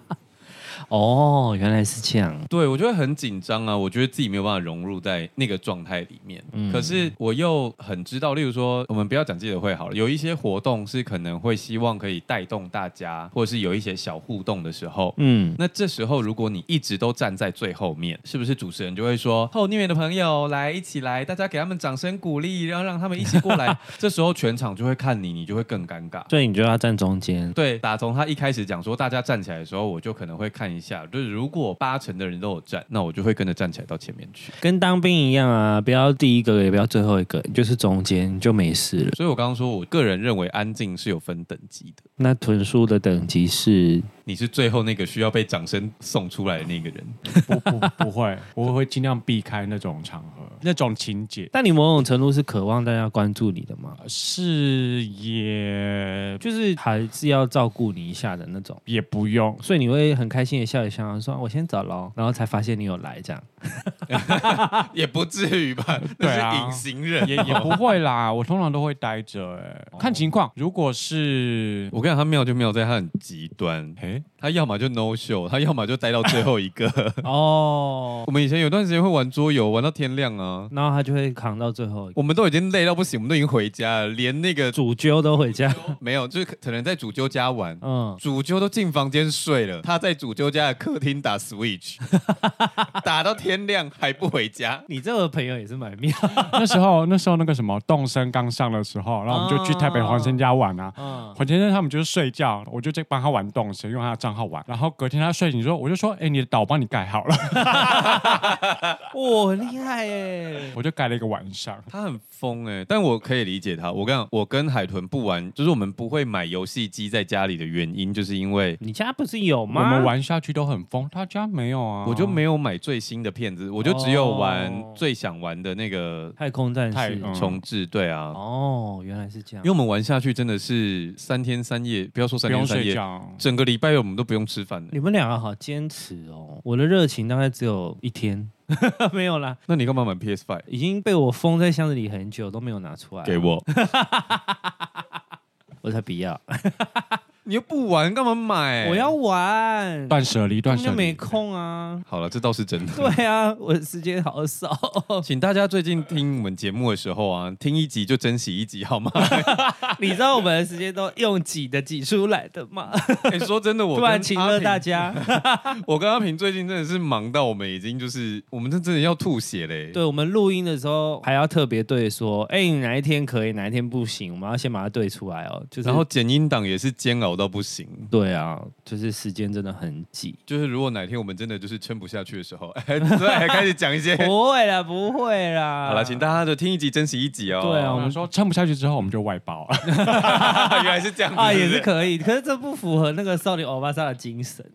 [SPEAKER 2] 哦，原来是这样，
[SPEAKER 1] 对我就会很紧张啊，我觉得自己没有办法融入在那个状态里面。
[SPEAKER 2] 嗯
[SPEAKER 1] 可是我又很知道，例如说，我们不要讲记者会好了，有一些活动是可能会希望可以带动大家，或者是有一些小互动的时候，
[SPEAKER 2] 嗯，
[SPEAKER 1] 那这时候，如果你一直都站在最后面，是不是主持人就会说：“ (laughs) 后面的朋友来，一起来，大家给他们掌声鼓励，然后让他们一起过来。” (laughs) 这时候全场就会看你，你就会更尴尬。
[SPEAKER 2] 所以你就要站中间。
[SPEAKER 1] 对，打从他一开始讲说大家站起来的时候，我就可能会看一下，就是如果八成的人都有站，那我就会跟着站起来到前面去。
[SPEAKER 2] 跟当兵一样啊，不要第一个，也不要最后一个，你就是中间你就没事了。
[SPEAKER 1] 所以我刚刚说，我个人认为安静是有分等级的，
[SPEAKER 2] 那豚叔的等级是
[SPEAKER 1] 你是最后那个需要被掌声送出来的那个人。
[SPEAKER 3] 不不不会，我会尽量避开那种场合、那种情节。
[SPEAKER 2] 但你某种程度是渴望大家关注你的嘛，
[SPEAKER 3] 是也
[SPEAKER 2] 就是还是要照顾你一下的那种，
[SPEAKER 3] 也不用，
[SPEAKER 2] 所以你会很开心的笑一笑，说我先走喽，然后才发现你有来这
[SPEAKER 3] (laughs)
[SPEAKER 2] 样。
[SPEAKER 1] (laughs) 也不至于吧？
[SPEAKER 3] 对
[SPEAKER 1] 那
[SPEAKER 3] 啊
[SPEAKER 1] 是隐形人。
[SPEAKER 3] 也也不会啦。我通常都会待着、欸，
[SPEAKER 1] 哦
[SPEAKER 3] 看情况。如果是
[SPEAKER 1] 我跟你讲，他妙就妙在他很极端，
[SPEAKER 3] 哎，
[SPEAKER 1] 他要么就 no show，他要么就待到最后一
[SPEAKER 2] (laughs)
[SPEAKER 1] 个。
[SPEAKER 2] 哦，
[SPEAKER 1] 我们以前有段时间会玩桌游，玩到天亮啊，
[SPEAKER 2] 然后他就会扛到最后，
[SPEAKER 1] 我们都已经累到不行，我们都已经回家了，连那个
[SPEAKER 2] 主揪都回
[SPEAKER 3] (laughs)
[SPEAKER 2] 家。
[SPEAKER 1] 没有，就是可能在主揪家玩。
[SPEAKER 2] 嗯，
[SPEAKER 1] 主揪都进房间睡了，他在主揪家的客厅打 Switch，打到天亮还不回家。
[SPEAKER 2] 你这个朋友也是蛮
[SPEAKER 3] (laughs)
[SPEAKER 2] 妙。
[SPEAKER 3] 那时候那时候那个什么动森刚上的时候，然后我们就去台北黄生家玩啊。
[SPEAKER 2] 嗯，
[SPEAKER 3] 黄先生他们就是睡觉，我就在帮他玩动森，用他的账号玩。然后隔天他睡醒之后，我就说：“哎、你的岛我帮你盖好了。
[SPEAKER 1] (laughs)
[SPEAKER 2] 哇，很厉害耶”！
[SPEAKER 3] 我就盖了一个晚上。
[SPEAKER 1] 他很疯哎、但我可以理解他。我跟你讲我跟海豚不玩，就是我们不会买游戏机在家里的原因，就是因为
[SPEAKER 2] 你家不是有
[SPEAKER 3] 我
[SPEAKER 2] 吗？
[SPEAKER 3] 们玩下去都很疯，他家没有啊，
[SPEAKER 1] 我就没有买最新的片子，我就只有玩
[SPEAKER 2] 哦
[SPEAKER 1] 最想玩的那个
[SPEAKER 2] 太空战
[SPEAKER 3] 太
[SPEAKER 2] 士。
[SPEAKER 3] 嗯
[SPEAKER 1] 重置。对啊，
[SPEAKER 2] 哦，原来是这
[SPEAKER 1] 因
[SPEAKER 2] 样
[SPEAKER 1] 为。我们玩下去真的是三天三夜，不要说
[SPEAKER 3] 不
[SPEAKER 1] 三
[SPEAKER 3] 用
[SPEAKER 1] 天三
[SPEAKER 3] 睡
[SPEAKER 1] 夜，
[SPEAKER 3] 觉。
[SPEAKER 1] 整个礼拜我们都不用吃饭的。
[SPEAKER 2] 你们两个好坚持哦，我的热情大概只有一天， (laughs) 没有啦，
[SPEAKER 1] 那你干嘛买 PS
[SPEAKER 2] (laughs)
[SPEAKER 1] Five
[SPEAKER 2] 已经被我封在箱子里很久，都没有拿出来，
[SPEAKER 1] 给我？
[SPEAKER 2] 我才不要。
[SPEAKER 1] (laughs) 你又不玩，干嘛
[SPEAKER 3] 哎
[SPEAKER 1] 买？
[SPEAKER 2] 我要玩，
[SPEAKER 3] 断舍离，断
[SPEAKER 2] 根本
[SPEAKER 3] 舍
[SPEAKER 2] 就没
[SPEAKER 3] 离。
[SPEAKER 2] 空啊。
[SPEAKER 1] 好了，这倒是真的。
[SPEAKER 2] (laughs) 对啊，我的时间好少。 (laughs)
[SPEAKER 1] 请大家最近听我们节目的时候啊，听一集就珍惜一集好吗？ (laughs)
[SPEAKER 2] 你知道我们的时间都用挤的挤出来的吗？
[SPEAKER 1] 哎，说真 (laughs) 的，我
[SPEAKER 2] (laughs) 突
[SPEAKER 1] 跟阿
[SPEAKER 2] 然
[SPEAKER 1] 平
[SPEAKER 2] 请了大，家。
[SPEAKER 1] (laughs) 我跟阿平最近真的是忙到我们已经就是，我们这真的要吐血嘞。
[SPEAKER 2] 对我们录音的时候还要特别对说，哎、你哪一天可以，哪一天不行，我们要先把它对出来哦。就是，
[SPEAKER 1] 然后剪音档也是煎熬到不行。
[SPEAKER 2] 对啊，就是时间真的很
[SPEAKER 1] (laughs)
[SPEAKER 2] 挤。
[SPEAKER 1] 就是如果哪天我们真的就是撑不下去的时候， (laughs) 哎，对，开始讲一 (laughs) 些。
[SPEAKER 2] 不会啦，不会啦。
[SPEAKER 1] 好了，请大家就听一集珍惜一集哦。
[SPEAKER 2] 对啊
[SPEAKER 3] 我们说撑不下去之后，我们就外包。
[SPEAKER 1] (laughs) 啊，原来是这样子
[SPEAKER 2] 啊，也
[SPEAKER 1] 不
[SPEAKER 2] 是可以，可是这不符合那个少女欧巴桑的
[SPEAKER 1] (laughs)
[SPEAKER 2] 精神。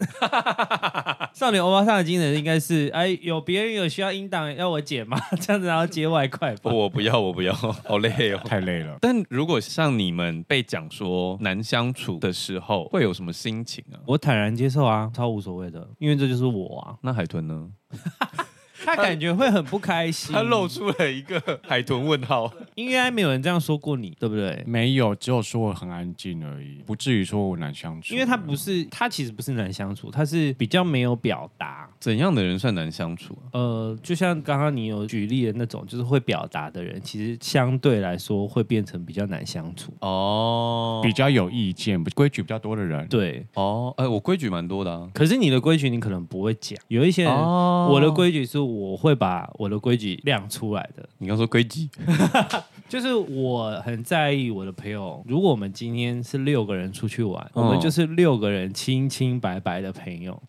[SPEAKER 2] 少女欧巴桑的精神应该是，哎，有别人有需要应当要我姐吗？ (laughs) 这样子然后接外快吧。
[SPEAKER 1] (laughs) 我不要，我不要，好累哦。
[SPEAKER 3] 太累了。
[SPEAKER 1] 但如果像你们被讲说难相处的时候，会有什么心情啊？
[SPEAKER 2] 我坦然接受啊，超无所谓的，因为这就是我啊。
[SPEAKER 1] 那海豚呢？
[SPEAKER 2] 他感觉会很不开心。
[SPEAKER 1] 他露出了一 (laughs) 个海豚问号。
[SPEAKER 2] 应该没有人这样说过你，对不对？
[SPEAKER 3] 没有，只有说我很安静而已，不至于说我难相处。
[SPEAKER 2] 因为他不是，他其实不是难相处，他是比较没有表达。
[SPEAKER 1] 怎样的人算难相处啊？
[SPEAKER 2] 呃，就像刚刚你有举例的那种，就是会表达的人，其实相对来说会变成比较难相处。
[SPEAKER 1] 哦
[SPEAKER 3] 比较有意见、规矩比较多
[SPEAKER 1] (laughs)
[SPEAKER 3] 的人，
[SPEAKER 2] 对，
[SPEAKER 1] 哦，哎、我规矩蛮多的啊。
[SPEAKER 2] 可是你的规矩你可能不会讲，有一些人，
[SPEAKER 1] 哦
[SPEAKER 2] 我的，规矩是我会把我的规矩亮出来的，
[SPEAKER 1] 你刚说规矩，
[SPEAKER 2] 就是我很在意我的朋友。如果我们今天是六个人出去玩，
[SPEAKER 1] 哦
[SPEAKER 3] 嗯
[SPEAKER 2] 我们就是六个人清清白白的朋友。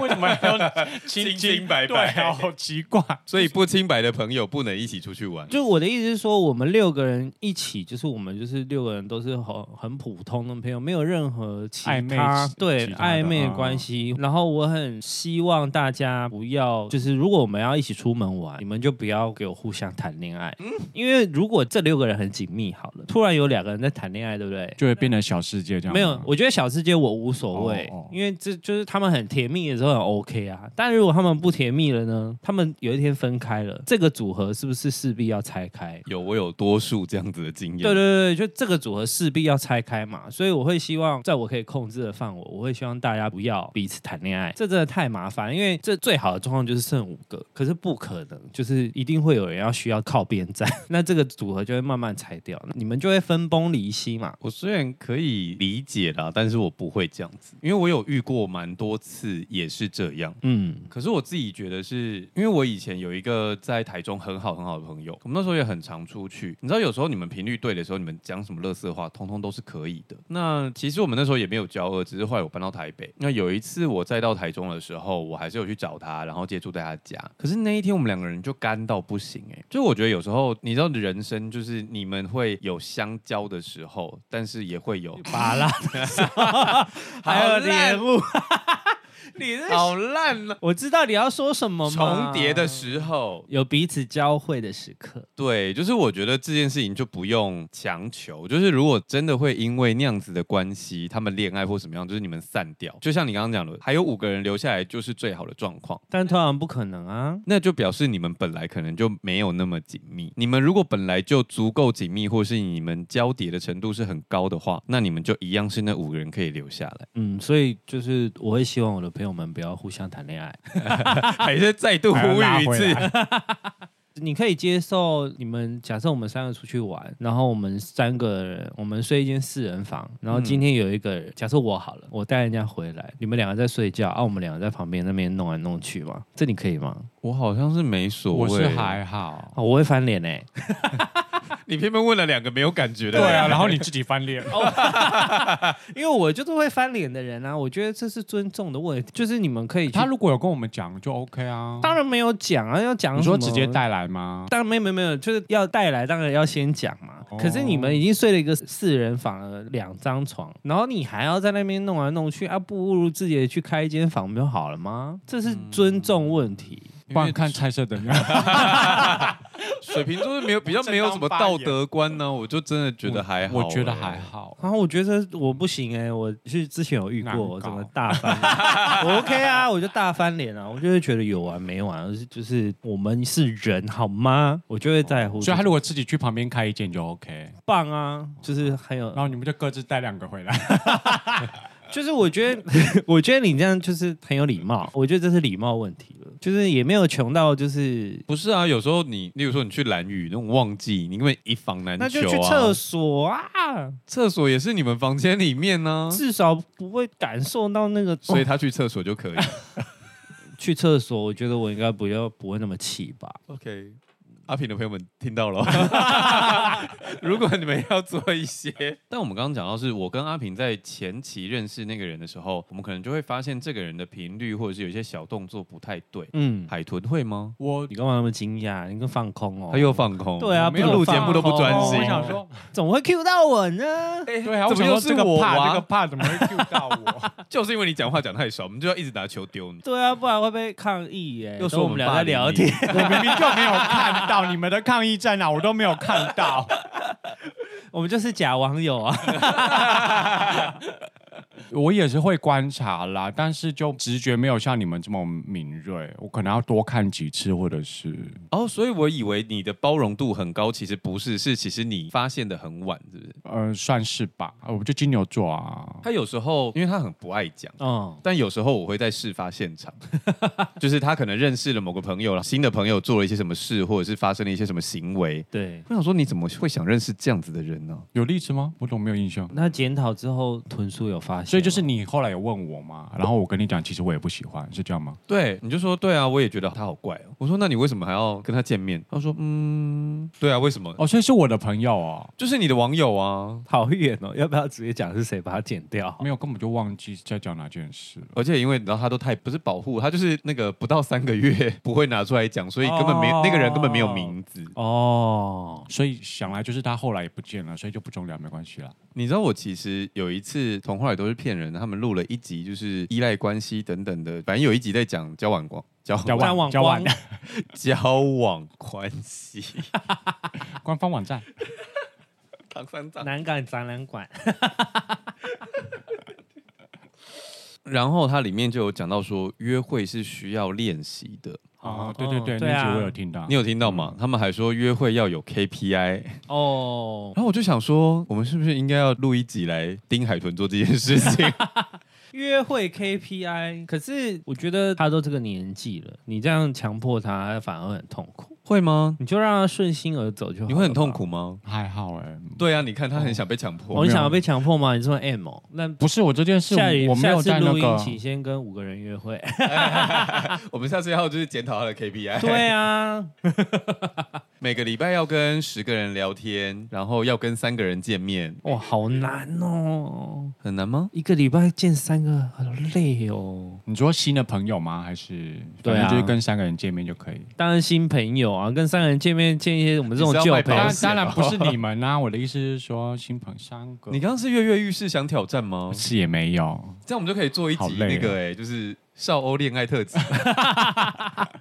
[SPEAKER 3] 为什么要
[SPEAKER 1] 清清白白
[SPEAKER 3] (laughs) 对啊好奇怪。
[SPEAKER 1] 所以不清白的朋友不能一起出去玩。
[SPEAKER 2] 就我的意思是说，我们六个人一起，就是我们就是六个人都是很很普通的朋友，没有任何其他
[SPEAKER 3] 暧昧其
[SPEAKER 2] 对
[SPEAKER 3] 其他的嗯
[SPEAKER 2] 暧昧的关系。然后我很希望大家不要，就是如果我们要一起出门玩，你们就不要给我互相谈恋爱，
[SPEAKER 3] 嗯
[SPEAKER 2] 因为如果这六个人很紧密，好了，突然有两个人在谈恋爱，对不对？
[SPEAKER 3] 就会变成小世界这样吗。
[SPEAKER 2] 没有，我觉得小世界我无所谓，
[SPEAKER 3] 哦哦
[SPEAKER 2] 因为这就是他们很甜蜜的时候很 OK 啊。但如果他们不甜蜜了呢？他们有一天分开了，这个组合是不是势必要拆开？
[SPEAKER 1] 有我有多数这样子的经验。
[SPEAKER 2] 对对对，就这个组合势必要拆开嘛，所以我会希望在我可以控制的范围，我会希望大家不要彼此谈恋爱，这真的太麻烦，因为这最好的状况就是剩五个，可是不可能，就是一定会有人要需要靠边站， (laughs) 那这个组合就会慢慢拆掉，你们就会分崩离析嘛。
[SPEAKER 1] 我虽然可以理解啦，但是我不会这样子，因为我有遇过蛮多次也是这样。
[SPEAKER 2] 嗯，
[SPEAKER 1] 可是我自己觉得是，因为我以前有一个在台中很好很好的朋友，我们那时候也很常出去。你知道，有时候你们频率对的时候，你们讲什么乐色话，通通都是可以的。那其实我们那时候也没有交恶，只是后来我搬到台北。那有一次我再到台中的时候，我还是有去找他，然后借住在他家。可是那一天我们两个人就干到不行哎、欸，就我觉得有时候你知道人生就是你们会有相交的时候，但是也会有 (laughs)
[SPEAKER 2] 巴拉，还有帘幕，
[SPEAKER 1] (laughs)
[SPEAKER 2] 你是
[SPEAKER 1] 好烂哦了、
[SPEAKER 2] 我知道你要说什么吗？
[SPEAKER 1] 重叠的时候，
[SPEAKER 2] 有彼此交汇的时刻。
[SPEAKER 1] 对，就是我觉得这件事情就不用强求，就是如果真的会因为那样子的关系，他们恋爱或什么样，就是你们散掉，就像你刚刚讲的，还有五个人留下来就是最好的状况。
[SPEAKER 2] 但通常不可能啊。
[SPEAKER 1] 那就表示你们本来可能就没有那么紧密。你们如果本来就足够紧密，或是你们交叠的程度是很高的话，那你们就一样是那五个人可以留下来。
[SPEAKER 2] 嗯，所以就是我会希望我的朋友们不要互相谈恋爱。
[SPEAKER 1] 还是哎再度呼吁一次，
[SPEAKER 2] 你可以接受你们假设我们三个出去玩，然后我们三个人我们睡一间四人房，然后今天有一个人，假设我好了，我带人家回来，你们两个在睡觉，啊，我们两个在旁边那边弄来弄去嘛，这你可以吗？
[SPEAKER 1] (laughs) 我好像是没所
[SPEAKER 3] 我
[SPEAKER 1] 谓，
[SPEAKER 3] 是还好。
[SPEAKER 2] 啊，我会翻脸哎、
[SPEAKER 1] 你偏偏问了两个没有感觉的
[SPEAKER 3] (laughs) 对
[SPEAKER 1] 人，
[SPEAKER 3] 啊，然后你自己
[SPEAKER 1] (laughs)
[SPEAKER 3] 翻脸，哦
[SPEAKER 2] 因为我就是会翻脸的人啊，我觉得这是尊重的问题，就是你们可以去
[SPEAKER 3] 他如果有跟我们讲就 OK 啊。
[SPEAKER 2] 当然没有讲啊，要讲
[SPEAKER 3] 你说
[SPEAKER 2] 什么
[SPEAKER 3] 直接带来吗？
[SPEAKER 2] 当然没有没有没有，就是要带来，当然要先讲嘛。
[SPEAKER 3] 哦
[SPEAKER 2] 可是你们已经睡了一个四人房了，两张床，然后你还要在那边弄来弄去啊，不如自己去开一间房不就好了
[SPEAKER 3] 嗯
[SPEAKER 2] 吗？这是尊重问题。
[SPEAKER 3] 不然看菜色怎样？
[SPEAKER 1] 水瓶座是没有比较没有什么道德观呢、我就真的觉得还好、欸
[SPEAKER 3] 我觉得还。好。
[SPEAKER 2] 然啊后我觉得我不行哎、我是之前有遇过，
[SPEAKER 3] 难搞
[SPEAKER 2] 我怎么大翻？我 OK 啊，我就大翻脸啊，我就会觉得有完没完，而是就是我们是人好吗？我就会在乎，
[SPEAKER 3] 哦所以他如果自己去旁边开一间就 OK，
[SPEAKER 2] 棒啊，就是还有
[SPEAKER 3] 然，后你们就各自带两个回来。
[SPEAKER 2] 就是我觉得， (laughs) 我觉得你这样就是很有礼貌，我觉得这是礼貌问题了，就是也没有穷到就是。
[SPEAKER 1] 不是啊，有时候你，例如说你去蓝雨那种旺季，你根本一房难求、
[SPEAKER 2] 那
[SPEAKER 1] 啊、
[SPEAKER 2] 就去厕所啊，
[SPEAKER 1] 厕所也是你们房间里面呢、
[SPEAKER 2] 至少不会感受到那个。
[SPEAKER 1] (laughs) 所以他去厕所就 (laughs) 可以。
[SPEAKER 2] 去厕所，我觉得我应该不要不会那么气吧。
[SPEAKER 1] OK，阿平的朋友们听到了，如果你们要做一些， (laughs) 但我们刚刚讲到是我跟阿平在前期认识那个人的时候，我们可能就会发现这个人的频率或者是有一些小动作不太对。
[SPEAKER 2] 嗯，
[SPEAKER 1] 海豚会吗？
[SPEAKER 3] 我
[SPEAKER 2] 你干嘛那么惊讶？你跟放空哦。
[SPEAKER 1] 他又放空，
[SPEAKER 2] 对啊
[SPEAKER 1] 我们录节目都不专心
[SPEAKER 3] 我。想说，
[SPEAKER 2] 怎么会 Q 到我呢？
[SPEAKER 3] 对啊，我
[SPEAKER 1] 怎么
[SPEAKER 3] 想
[SPEAKER 1] 又
[SPEAKER 3] 说
[SPEAKER 1] 是
[SPEAKER 3] 这个
[SPEAKER 1] 我
[SPEAKER 3] 怕
[SPEAKER 1] 啊
[SPEAKER 3] 这个怕怎么会 Q 到 (laughs) 我？
[SPEAKER 1] 就是因为你讲话讲太少，我们就要一直拿球丢你。
[SPEAKER 2] 对啊，不然会被抗议耶。
[SPEAKER 1] 又说哎
[SPEAKER 2] 等
[SPEAKER 1] 我
[SPEAKER 2] 我
[SPEAKER 1] 们
[SPEAKER 2] 们俩在聊天，
[SPEAKER 1] (laughs)
[SPEAKER 3] 我明明就没有看到你们的抗议在哪，我都没有看到。
[SPEAKER 2] 我们就是假网友啊。
[SPEAKER 3] (laughs)
[SPEAKER 2] (laughs)
[SPEAKER 3] 我也是会观察啦，但是就直觉没有像你们这么敏锐，我可能要多看几次，或者是
[SPEAKER 1] 哦，所以我以为你的包容度很高，其实不是，是其实你发现的很晚，是不是？
[SPEAKER 3] 呃，算是吧。呃我就金牛座啊，
[SPEAKER 1] 他有时候因为他很不爱讲。
[SPEAKER 2] 嗯，
[SPEAKER 1] 但有时候我会在事发现场， (laughs) 就是他可能认识了某个朋友，新的朋友做了一些什么事，或者是发生了一些什么行为。
[SPEAKER 2] 对。
[SPEAKER 1] 我想说，你怎么会想认识这样子的人呢、
[SPEAKER 3] 有例子吗？我怎么没有印象？
[SPEAKER 2] 那检讨之后，豚叔有发现吗，
[SPEAKER 3] 所以就是你后来有问我嘛，然后我跟你讲，其实我也不喜欢，是这样吗？
[SPEAKER 1] 对，你就说对啊，我也觉得他好怪哦。我说那你为什么还要跟他见面？他说嗯，对啊，为什么？
[SPEAKER 3] 哦，所以是我的朋友哦，
[SPEAKER 1] 就是你的网友啊，
[SPEAKER 2] 好远哦，要不要直接讲是谁把它剪掉？
[SPEAKER 3] 没有，根本就忘记在讲哪件事了。
[SPEAKER 1] 而且因为你知道他都太不是保护，他就是那个不到三个月不会拿出来讲，所以根本没、
[SPEAKER 2] 哦
[SPEAKER 1] 那个人根本没有名字。
[SPEAKER 2] 哦，
[SPEAKER 3] 所以想来就是他后来也不见了，所以就不重要，没关系啦。
[SPEAKER 1] 你知道我其实有一次童话里都是骗人的，他们录了一集就是依赖关系等等的，反正有一集在讲交往光交
[SPEAKER 3] 交往
[SPEAKER 2] 网
[SPEAKER 3] 交往
[SPEAKER 1] 交往关系，
[SPEAKER 3] 官方网站，
[SPEAKER 1] 唐三藏。
[SPEAKER 2] 南港展览馆，
[SPEAKER 1] 然后它里面就有讲到说，约会是需要练习的，
[SPEAKER 3] 哦，对对对，
[SPEAKER 2] 对
[SPEAKER 3] 那
[SPEAKER 2] 啊
[SPEAKER 3] 集我有听到
[SPEAKER 1] 你。有听到吗？他们还说约会要有 KPI，
[SPEAKER 2] 哦
[SPEAKER 1] 然，后我就想说，我们是不是应该要录一集来盯海豚做这件事情？
[SPEAKER 2] 约会 KPI，可是我觉得他都这个年纪了，你这样强迫他，他反而很痛苦。
[SPEAKER 1] 会吗？
[SPEAKER 2] 你就让他顺心而走就好。
[SPEAKER 1] 你会很痛？苦吗？
[SPEAKER 3] 还好哎、
[SPEAKER 1] 对啊，你看他很想被强迫
[SPEAKER 2] 哦，你想要被强迫吗？你这么 M 哦？那
[SPEAKER 3] 不是我这件事，
[SPEAKER 2] 下一
[SPEAKER 3] 我没有
[SPEAKER 2] 下
[SPEAKER 3] 在
[SPEAKER 2] 次
[SPEAKER 3] 那
[SPEAKER 2] 录音
[SPEAKER 3] 个。
[SPEAKER 2] 起先跟五个人约 (laughs) 会。
[SPEAKER 1] 我们下次要就是检讨他的 KPI，
[SPEAKER 2] 对啊，
[SPEAKER 1] 每个礼拜要跟十个人聊天，然后要跟三个人见面，
[SPEAKER 2] 哇，好难哦，
[SPEAKER 1] 很难吗？
[SPEAKER 2] 一个礼拜见三个，好累哦。
[SPEAKER 3] 你说新的朋友吗？还是
[SPEAKER 2] 对啊
[SPEAKER 3] 反正就是跟三个人见面就可以。
[SPEAKER 2] 当然新朋友啊，跟三个人见面见一些我们这种
[SPEAKER 1] 你是
[SPEAKER 2] 旧
[SPEAKER 1] 要卖
[SPEAKER 2] 朋
[SPEAKER 1] 保
[SPEAKER 3] 当
[SPEAKER 2] 友
[SPEAKER 1] 险
[SPEAKER 3] 然，啊当然不是你们啦、 (laughs) 我的意思是说新朋三个，
[SPEAKER 1] 哦你刚刚是跃跃欲试想挑战吗？
[SPEAKER 3] 是也没有，
[SPEAKER 2] 哦
[SPEAKER 1] 这样我们就可以做一
[SPEAKER 3] 好
[SPEAKER 1] 集
[SPEAKER 3] 累啊
[SPEAKER 1] 那个哎、就是少欧恋爱特 (laughs) 辑，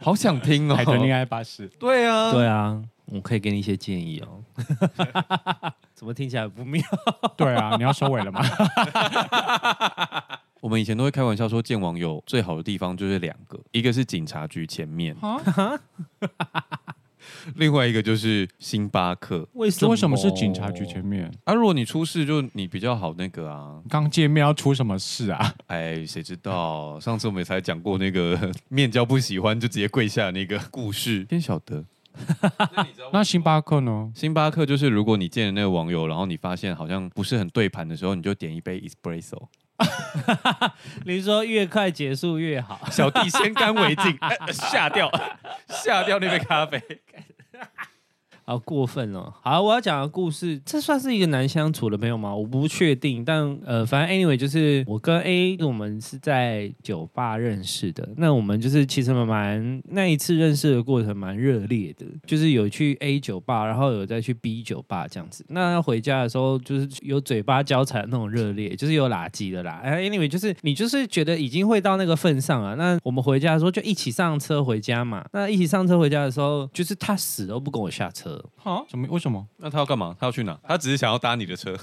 [SPEAKER 1] 好想听哦。
[SPEAKER 3] 海豚恋爱
[SPEAKER 2] (laughs)
[SPEAKER 3] 巴士。
[SPEAKER 1] 对啊，
[SPEAKER 2] 对啊，我可以给你一些建议 (laughs) 哦。怎么听起来不妙？
[SPEAKER 3] 对啊，你要收尾
[SPEAKER 2] (laughs)
[SPEAKER 3] 了吗？
[SPEAKER 1] 我们以前都会开玩笑说见网友最好的地方就是两个，一个是警察局前面， (laughs) 另外一个就是星巴克。
[SPEAKER 2] 为
[SPEAKER 3] 这为什么是
[SPEAKER 2] 哦
[SPEAKER 3] 警察局前？面？
[SPEAKER 1] 啊，如果你出事就你比较好那个啊，
[SPEAKER 3] 刚见面要出什么事
[SPEAKER 2] (laughs)
[SPEAKER 3] 啊？
[SPEAKER 1] 哎，谁知道？上次我们也才讲过那个 (laughs) 面交不喜欢就直接跪下的那个故事，天晓得。
[SPEAKER 3] 那星巴克呢？
[SPEAKER 1] 星巴克就是，如果你见了那个网友，然后你发现好像不是很对盘的时候，你就点一杯 espresso，
[SPEAKER 2] 你说越快结束越好。
[SPEAKER 1] (laughs) 小弟 (laughs) 先干为敬，呃下掉，下掉那杯咖啡。
[SPEAKER 2] 好过分哦！好，我要讲的故事，这算是一个难相处的朋友吗？我不确定，但呃，反正 anyway 就是我跟 A，我们是在酒吧认识的。那我们就是其实蛮那一次认识的过程蛮热烈的，就是有去 A 酒吧，然后有再去 B 酒吧这样子。那要回家的时候，就是有嘴巴交缠的那种热烈，就是有垃圾的啦。哎，anyway 就是你就是觉得已经会到那个份上啊。那我们回家的时候就一起上车回家嘛。那一起上车回家的时候，就是他死都不跟我下车。 (laughs)
[SPEAKER 3] 好，什么？为什么？
[SPEAKER 1] (laughs) 那他要干嘛？他要去哪？他只是想要搭你的 (laughs) 车，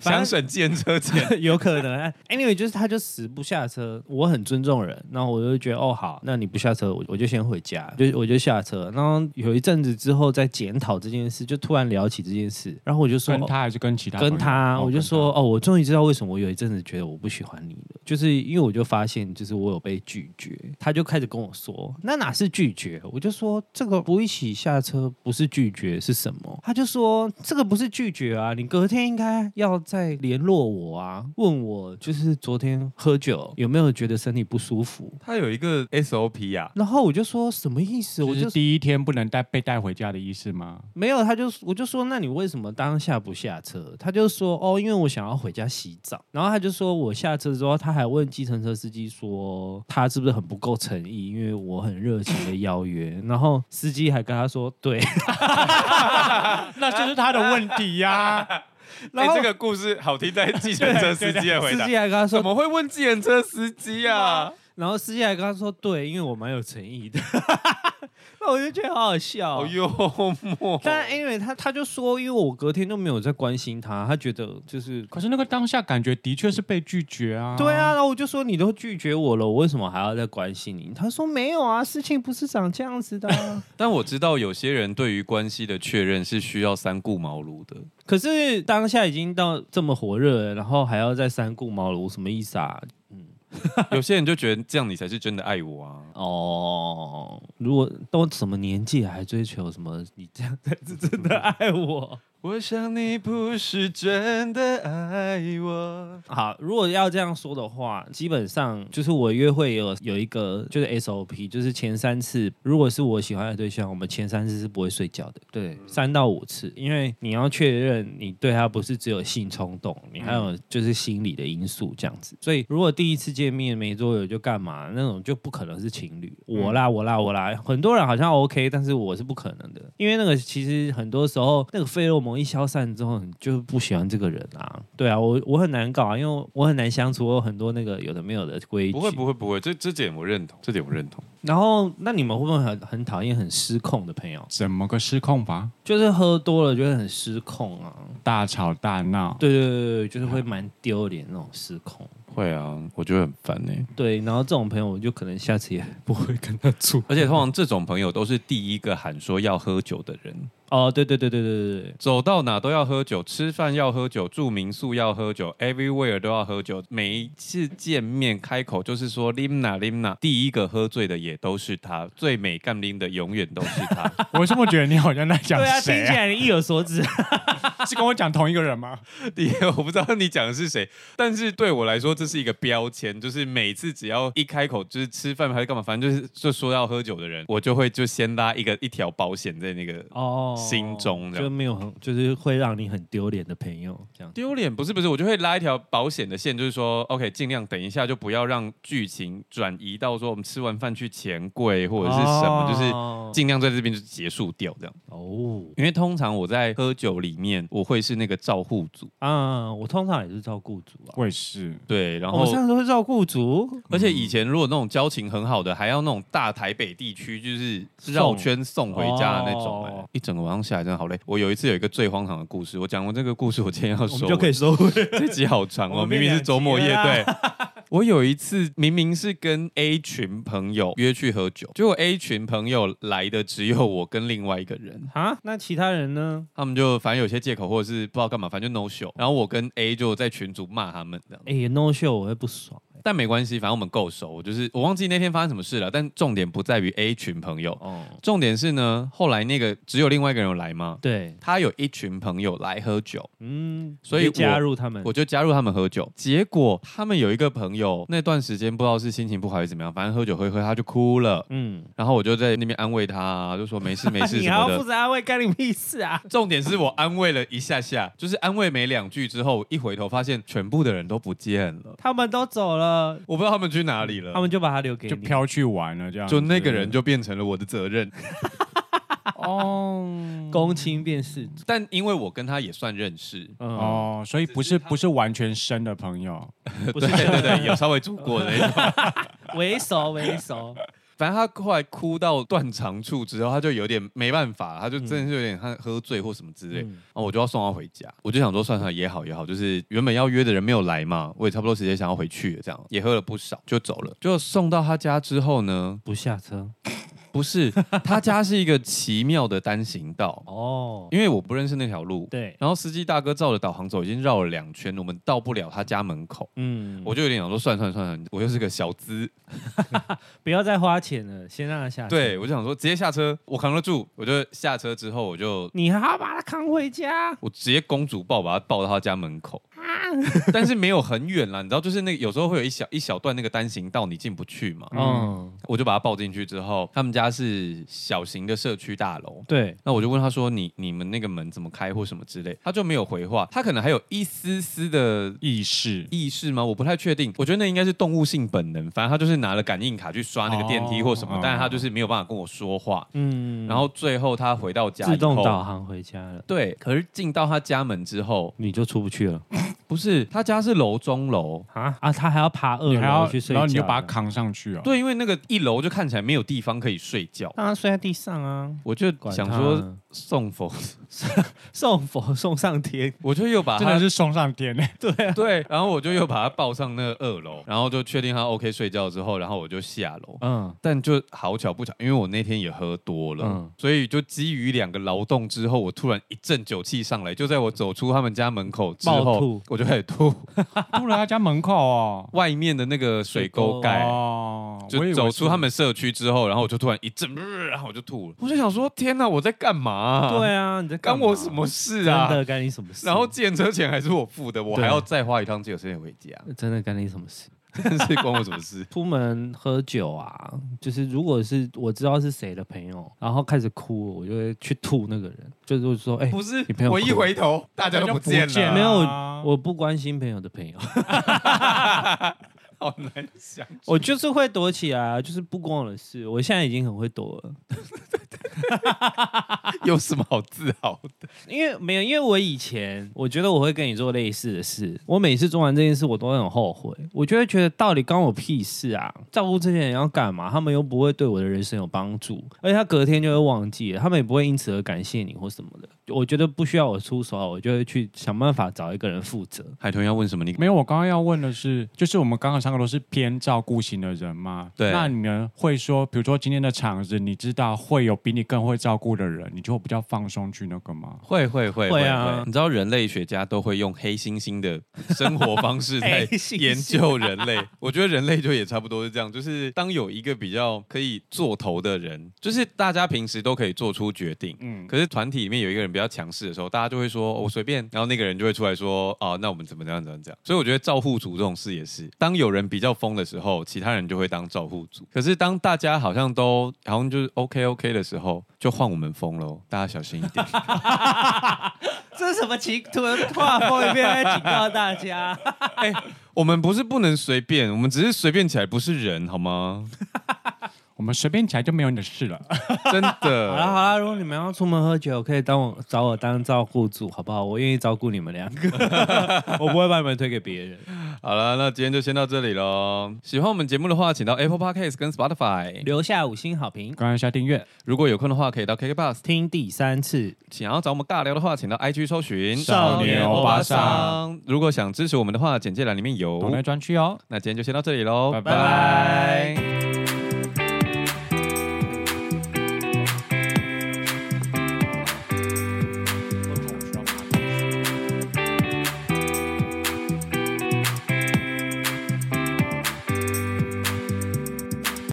[SPEAKER 2] 反正
[SPEAKER 1] 想省计程车钱。
[SPEAKER 2] 有可能。哎 Anyway，就是他就死不下车，我很尊重人，然后我就觉得哦好，那你不下车，我我就先回家，就我就下车。然后有一阵子之后再检讨这件事，就突然聊起这件事，然后我就说
[SPEAKER 3] 跟他还是跟其他朋友？
[SPEAKER 2] 跟他，
[SPEAKER 3] 哦
[SPEAKER 2] 我就说哦，我终于知道为什么我有一阵子觉得我不喜欢你了，就是因为我就发现，就是我有被拒绝，他就开始跟我说，那哪是拒绝？我就说这个不一起下车不是拒绝是什么？他就说这个不是拒绝啊，你隔天应该要再联络我啊，问我就是昨天喝酒有没有觉得身体不舒服？
[SPEAKER 1] 他有一个 SOP 呀、
[SPEAKER 2] 然后我就说什么意思？
[SPEAKER 3] 跟他，
[SPEAKER 2] 我
[SPEAKER 3] 我
[SPEAKER 2] 就是
[SPEAKER 3] 第一天不能带被带回家的意思吗？
[SPEAKER 2] 没有，他就我就说，那你为什么当下不下车？他就说，哦，因为我想要回家洗澡。然后他就说我下车之后，他还问计程车司机说他是不是很不够诚意，因为我很热情的邀约。然后司机还跟他说，对，
[SPEAKER 3] 那就是他的问题呀、
[SPEAKER 1] (laughs) 哎、
[SPEAKER 2] 然后
[SPEAKER 1] 这个故事好听在计程车司机的回
[SPEAKER 2] 司 (laughs)
[SPEAKER 1] 答
[SPEAKER 2] 机。还跟 (laughs) 他
[SPEAKER 1] 怎
[SPEAKER 2] 说，
[SPEAKER 1] 么会问计程车司机啊？
[SPEAKER 2] 然后司机还跟他说，对，因为我蛮有诚意的。那我就觉得好好
[SPEAKER 1] (laughs)
[SPEAKER 2] 笑、
[SPEAKER 1] 好
[SPEAKER 2] 哦。
[SPEAKER 1] 幽默。
[SPEAKER 2] 但因为他他就说，因为我隔天都没有在关心他，他觉得就是
[SPEAKER 3] (laughs) 可是那个当下感觉的确是被拒绝啊。
[SPEAKER 2] 对啊，，然后我就说你都拒绝我了，我为什么还要再关心你？他说没有啊，事情不是长这样子的啊、
[SPEAKER 1] 但我知道有些人对于关系的确认是需要三顾茅庐的。
[SPEAKER 2] (laughs)
[SPEAKER 1] (laughs)
[SPEAKER 2] 可是当下已经到这么火热了，然后还要再三顾茅庐，什么意思啊？
[SPEAKER 1] 有些人就觉得这样你才是真的爱我啊。
[SPEAKER 2] 哦，如果都什么年纪了还追求什么，你这样才是真的爱我。
[SPEAKER 1] 我想你不是真的爱我。
[SPEAKER 2] 好，如果要这样说的话，基本上就是我约会也有有一个就是 SOP，就是前三次如果是我喜欢的对象，我们前三次是不会睡觉的，对，三到五次，因为你要确认你对他不是只有性冲动，你还有就是心理的因素这样子。所以如果第一次见面没多久就干嘛，那种就不可能是情侣。
[SPEAKER 1] 嗯
[SPEAKER 2] 我啦，我啦，我啦，很多人好像 OK，但是我是不可能的，因为那个其实很多时候那个费洛蒙一消散之后，你就不喜欢这个人啊。对啊，我我很难搞啊，因为我很难相处，我有很多那个有的没有的规矩。
[SPEAKER 1] 不会不会不会，这这点我认同，这点我认同。
[SPEAKER 2] 然后，那你们会不会很很讨厌很失控的朋友？
[SPEAKER 3] 怎么个失控法？
[SPEAKER 2] 就是喝多了就会很失控啊。
[SPEAKER 3] 大吵大闹，
[SPEAKER 2] 对对对对，就是会蛮丢脸那种失控。
[SPEAKER 1] 会啊，我觉得很烦哎、
[SPEAKER 2] 对，然后这种朋友我就可能下次也 (laughs) 不会跟他住。
[SPEAKER 1] 而且通常这种朋友都是第一个喊说要喝酒的人，
[SPEAKER 2] 哦，对对对对对对对，
[SPEAKER 1] 走到哪都要喝酒，吃饭要喝酒，住民宿要喝酒，everywhere 都要喝酒。每一次见面开口就是说 Limna Limna，第一个喝醉的也都是他，最美干拎的永远都是他。
[SPEAKER 3] 我这么觉得你好像在讲
[SPEAKER 2] 对啊，听
[SPEAKER 3] 谁、
[SPEAKER 2] 起来你意有
[SPEAKER 1] (laughs)
[SPEAKER 2] 所指。
[SPEAKER 3] (laughs) 是跟我讲同一个人吗？
[SPEAKER 1] 第一个我不知道你讲的是谁，但是对我来说这是一个标签，就是每次只要一开口就是吃饭还是干嘛，反正就是就说要喝酒的人，我就会就先拉一个一条保险在那个
[SPEAKER 2] 哦，
[SPEAKER 1] 心中这样
[SPEAKER 2] 就没有很，就是会让你很丢脸的朋友这样。
[SPEAKER 1] 丢脸不是不是，我就会拉一条保险的线，就是说，OK，尽量等一下，就不要让剧情转移到说我们吃完饭去钱柜或者是什
[SPEAKER 2] 哦
[SPEAKER 1] 么，就是
[SPEAKER 2] 就是
[SPEAKER 1] 尽量在这边就结束掉这样。
[SPEAKER 2] 哦
[SPEAKER 1] 因为通常我在喝酒里面，我会是那个照护组，
[SPEAKER 2] 啊，我通常也是照顾组啊。
[SPEAKER 3] 我也是，
[SPEAKER 1] 对，然
[SPEAKER 2] 哦我们
[SPEAKER 1] 后。
[SPEAKER 2] 上次都是照顾组，
[SPEAKER 1] 而且以前如果那种交情很好的，还要那种大台北地区，就是绕圈送回家的那种、哎
[SPEAKER 2] 哦
[SPEAKER 1] 一整个晚上下来真的好累。我有一次有一个最荒唐的故事，我讲完这个故事，我今天要
[SPEAKER 2] 我
[SPEAKER 1] 收
[SPEAKER 2] 们
[SPEAKER 1] 尾，
[SPEAKER 2] 就可以收尾。 (laughs)
[SPEAKER 1] 这集好长
[SPEAKER 2] 我
[SPEAKER 1] 哦，
[SPEAKER 2] 们
[SPEAKER 1] 明明是周末夜
[SPEAKER 2] 变两
[SPEAKER 1] 对。
[SPEAKER 2] (laughs)
[SPEAKER 1] 我有一次明明是跟 A 群朋友约去喝酒，结果 A 群朋友来的只有我跟另外一个人，
[SPEAKER 2] 啊，那其他人呢？
[SPEAKER 1] 他们就反正有些借口或者是不知道干嘛，反正就 no show。然后我跟 A 就在群组骂他们这样。
[SPEAKER 2] 哎、n o show 我会不爽、欸。
[SPEAKER 1] 但没关系，反正我们够熟。就是我忘记那天发生什么事了，但重点不在于 A 群朋友，
[SPEAKER 2] 哦，
[SPEAKER 1] 重点是呢，后来那个只有另外一个人有来吗？
[SPEAKER 2] 对，
[SPEAKER 1] 他有一群朋友来喝酒，
[SPEAKER 2] 嗯，
[SPEAKER 1] 所以
[SPEAKER 2] 你就加
[SPEAKER 1] 我
[SPEAKER 2] 入他们，
[SPEAKER 1] 我就加入他们喝酒。结果他们有一个朋友那段时间不知道是心情不好还是怎么样，反正喝酒喝一喝他就哭了，
[SPEAKER 2] 嗯，
[SPEAKER 1] 然后我就在那边安慰他， (laughs) 就说没事没事
[SPEAKER 2] 啊你
[SPEAKER 1] 什
[SPEAKER 2] 还
[SPEAKER 1] 么
[SPEAKER 2] 要负
[SPEAKER 1] 的。
[SPEAKER 2] 责安慰，干你屁事啊！
[SPEAKER 1] 重点是我安慰了一下下，就是安慰没两句之后，一回头发现全部的人都不见了，
[SPEAKER 2] (laughs) 他们都走了，
[SPEAKER 1] 我不知道他们去哪里了。
[SPEAKER 2] 他们就把它留给
[SPEAKER 3] 就
[SPEAKER 2] 你。
[SPEAKER 3] 飘去玩了这样子。
[SPEAKER 1] 就那个人就变成了我的责 (laughs) 任，
[SPEAKER 3] (laughs)
[SPEAKER 1] 嗯
[SPEAKER 3] 哦
[SPEAKER 2] 公卿便是主，
[SPEAKER 1] 但因为我跟他也算认识，
[SPEAKER 2] 哦，
[SPEAKER 3] 哦，所以不是不是完全生的朋友，
[SPEAKER 2] 嗯
[SPEAKER 1] (laughs)
[SPEAKER 2] 不
[SPEAKER 1] 对
[SPEAKER 2] 是
[SPEAKER 1] (laughs) 对对，有稍微住过的那种。
[SPEAKER 2] 为首为首，
[SPEAKER 1] (laughs) 反正他后来哭到断肠处之后，他就有点没办法，他就真的是有点他喝醉或什么之类，哦
[SPEAKER 2] 嗯
[SPEAKER 1] 然后我就要送他回家。我就想说，算算也好也好，就是原本要约的人没有来嘛，我也差不多时间想要回去了，这样也喝了不少，就走了。就送到他家之后呢，
[SPEAKER 2] 不下车
[SPEAKER 1] 不是他家是一个奇妙的单行道，
[SPEAKER 2] 哦。
[SPEAKER 1] 因为我不认识那条路，
[SPEAKER 2] 对，
[SPEAKER 1] 然后司机大哥照着导航走，已经绕了两圈，我们到不了他家门口。
[SPEAKER 2] 嗯，
[SPEAKER 1] 我
[SPEAKER 2] 我
[SPEAKER 1] 就有点想说，算算算算，我又是个小资，
[SPEAKER 2] 不要再花钱了，先让他下。
[SPEAKER 1] 对，，我就想说直接下车，我扛得住。我就下车之后，我就
[SPEAKER 2] 你还要把他扛回家，
[SPEAKER 1] 我直接公主抱把她抱到她家门口， (laughs) 但是没有很远啦，你知道，就是那个有时候会有一小一小段那个单行道你进不去嘛，
[SPEAKER 2] 嗯，
[SPEAKER 1] 我就把她抱进去之后，他们家是小型的社区大楼。
[SPEAKER 2] 对，
[SPEAKER 1] 那我就问她说：“你你们那个门怎么开或什么之类？”她就没有回话，她可能还有一丝丝的
[SPEAKER 3] 意识
[SPEAKER 1] 意识吗？我不太确定，我觉得那应该是动物性本能，反正她就是拿了感应卡去刷那个电梯或什么，
[SPEAKER 3] 哦
[SPEAKER 1] 但是她就是没有办法跟我说话。
[SPEAKER 2] 嗯，
[SPEAKER 1] 然后最后她回到家以后
[SPEAKER 2] 自动导航回家了，
[SPEAKER 1] 对，可是进到她家门之后，
[SPEAKER 2] 你就出不去了
[SPEAKER 1] 不是，他家是楼中楼。
[SPEAKER 2] 啊啊！他还要爬二
[SPEAKER 3] 你还要
[SPEAKER 2] 楼去睡觉，
[SPEAKER 3] 然后你就把他，扛上去哦。
[SPEAKER 1] 对，因为那个一楼就看起来没有地方可以睡觉，
[SPEAKER 2] 让他睡在地上啊。
[SPEAKER 1] 我就
[SPEAKER 2] 管
[SPEAKER 1] 想
[SPEAKER 2] 他
[SPEAKER 1] 说送佛，
[SPEAKER 2] 送佛送上天，
[SPEAKER 1] 我就又把
[SPEAKER 3] 真的
[SPEAKER 1] 他
[SPEAKER 3] 是送上天 (laughs) 呢。
[SPEAKER 1] 对，然后我就又把他抱上那个二楼，然后就确定他 OK 睡觉之后，然后我就下楼。
[SPEAKER 2] 嗯，
[SPEAKER 1] 但就好巧不巧，因为我那天也喝多了，
[SPEAKER 2] 嗯
[SPEAKER 1] 所以就基于两个劳动之后，我突然一阵酒气上来，就在我走出他们家门口之
[SPEAKER 2] 暴
[SPEAKER 1] 后
[SPEAKER 2] 吐，
[SPEAKER 1] 我就开始吐。
[SPEAKER 3] 住了他家门口哦。
[SPEAKER 1] 外面的那个水沟
[SPEAKER 2] 水沟
[SPEAKER 1] 盖，
[SPEAKER 3] 哦，我以
[SPEAKER 1] 哎就
[SPEAKER 3] 为
[SPEAKER 1] 走出
[SPEAKER 3] 是
[SPEAKER 1] 他们社区之后，然后我就突然一阵，呃然后我就吐了。我就想说，天哪，我在干嘛、
[SPEAKER 2] 对，啊，你在干
[SPEAKER 1] 干
[SPEAKER 2] 嘛
[SPEAKER 1] 我什么事
[SPEAKER 2] 真
[SPEAKER 1] 啊？
[SPEAKER 2] 的干你什么事？
[SPEAKER 1] 然后检车钱还是我付的，我还
[SPEAKER 2] 对
[SPEAKER 1] 要再花一趟自由车钱回家，
[SPEAKER 2] 真的干你什么事？？
[SPEAKER 1] 真是关我什么事
[SPEAKER 2] 出门喝酒啊，就是如果是我知道是谁的朋友，然后开始哭，我就会去吐那个人，就是说，哎、
[SPEAKER 1] (laughs) 不是
[SPEAKER 2] 你朋，友
[SPEAKER 1] 我一
[SPEAKER 2] 哭
[SPEAKER 1] 回头大家都不见
[SPEAKER 3] 大家
[SPEAKER 1] 了，
[SPEAKER 3] 不
[SPEAKER 2] 没有
[SPEAKER 3] 啊
[SPEAKER 2] 我不关心朋友的朋友，
[SPEAKER 1] 好难想。
[SPEAKER 2] (laughs) 我就是会躲起来啊，就是不关我的事。我现在已经很会躲了，
[SPEAKER 1] (laughs) 有什么好自豪的？
[SPEAKER 2] 因为没有，因为我以前我觉得我会跟你做类似的事，我每次做完这件事，我都会很后悔，我就会觉得到底关我屁事啊！照顾这些人要干嘛？他们又不会对我的人生有帮助，而且他隔天就会忘记了，他们也不会因此而感谢你或什么的。我觉得不需要我出手，啊我就会去想办法找一个人负责。
[SPEAKER 1] 海豚要问什么？你
[SPEAKER 3] 没有，我刚刚要问的是，就是我们刚刚三个都是偏照顾型的人嘛？
[SPEAKER 1] 对
[SPEAKER 3] 那你们会说，比如说今天的场子，你知道会有比你更会照顾的人，你就会比较放松去那个吗？
[SPEAKER 1] 会会会
[SPEAKER 2] 会啊
[SPEAKER 1] 你知道人类学家都会用黑猩猩的生活方式在
[SPEAKER 2] (laughs) 黑猩猩
[SPEAKER 1] 研究人类。我觉得人类就也差不多是这样，就是当有一个比较可以做头的人，就是大家平时都可以做出决定。
[SPEAKER 3] 嗯，
[SPEAKER 1] 可是团体里面有一个人比较强势的时候，大家就会说“哦我、随便”，然后那个人就会出来说“啊，那我们怎么怎样怎样怎样”。所以我觉得照护组这种事也是，当有人比较疯的时候，其他人就会当照护组。可是当大家好像都好像就是 OK OK 的时候，就换我们疯喽，大家小心一点。
[SPEAKER 2] 这是什么情突然画风一变，警告大家。
[SPEAKER 1] (laughs) 哎我们不是不能随便，我们只是随便起来不是人好吗？
[SPEAKER 3] 我们随便起来就没有你的事了。
[SPEAKER 1] 真
[SPEAKER 2] 好
[SPEAKER 3] (laughs)
[SPEAKER 2] 啦好
[SPEAKER 1] 的。
[SPEAKER 2] 啦，如果你们要出门喝酒，可以当我找我当照顾组，好不好？我愿意照顾你们两个， (laughs) 我不会把你们推给别人。
[SPEAKER 1] 好了，那今天就先到这里喽。喜欢我们节目的话，请到 Apple Podcast 跟 Spotify。
[SPEAKER 2] 留下五星好评，
[SPEAKER 3] 刚刚下订阅，
[SPEAKER 1] 如果有空的话，可以到 KKBox。
[SPEAKER 2] 听第三次。
[SPEAKER 1] 想要找我们尬聊的话，请到 IG 搜寻
[SPEAKER 3] 少年欧巴桑。
[SPEAKER 1] 如果想支持我们的话，简介栏里面有
[SPEAKER 3] 我。们专区哦。
[SPEAKER 1] 那今天就先到这里喽，
[SPEAKER 3] 拜拜
[SPEAKER 1] 拜拜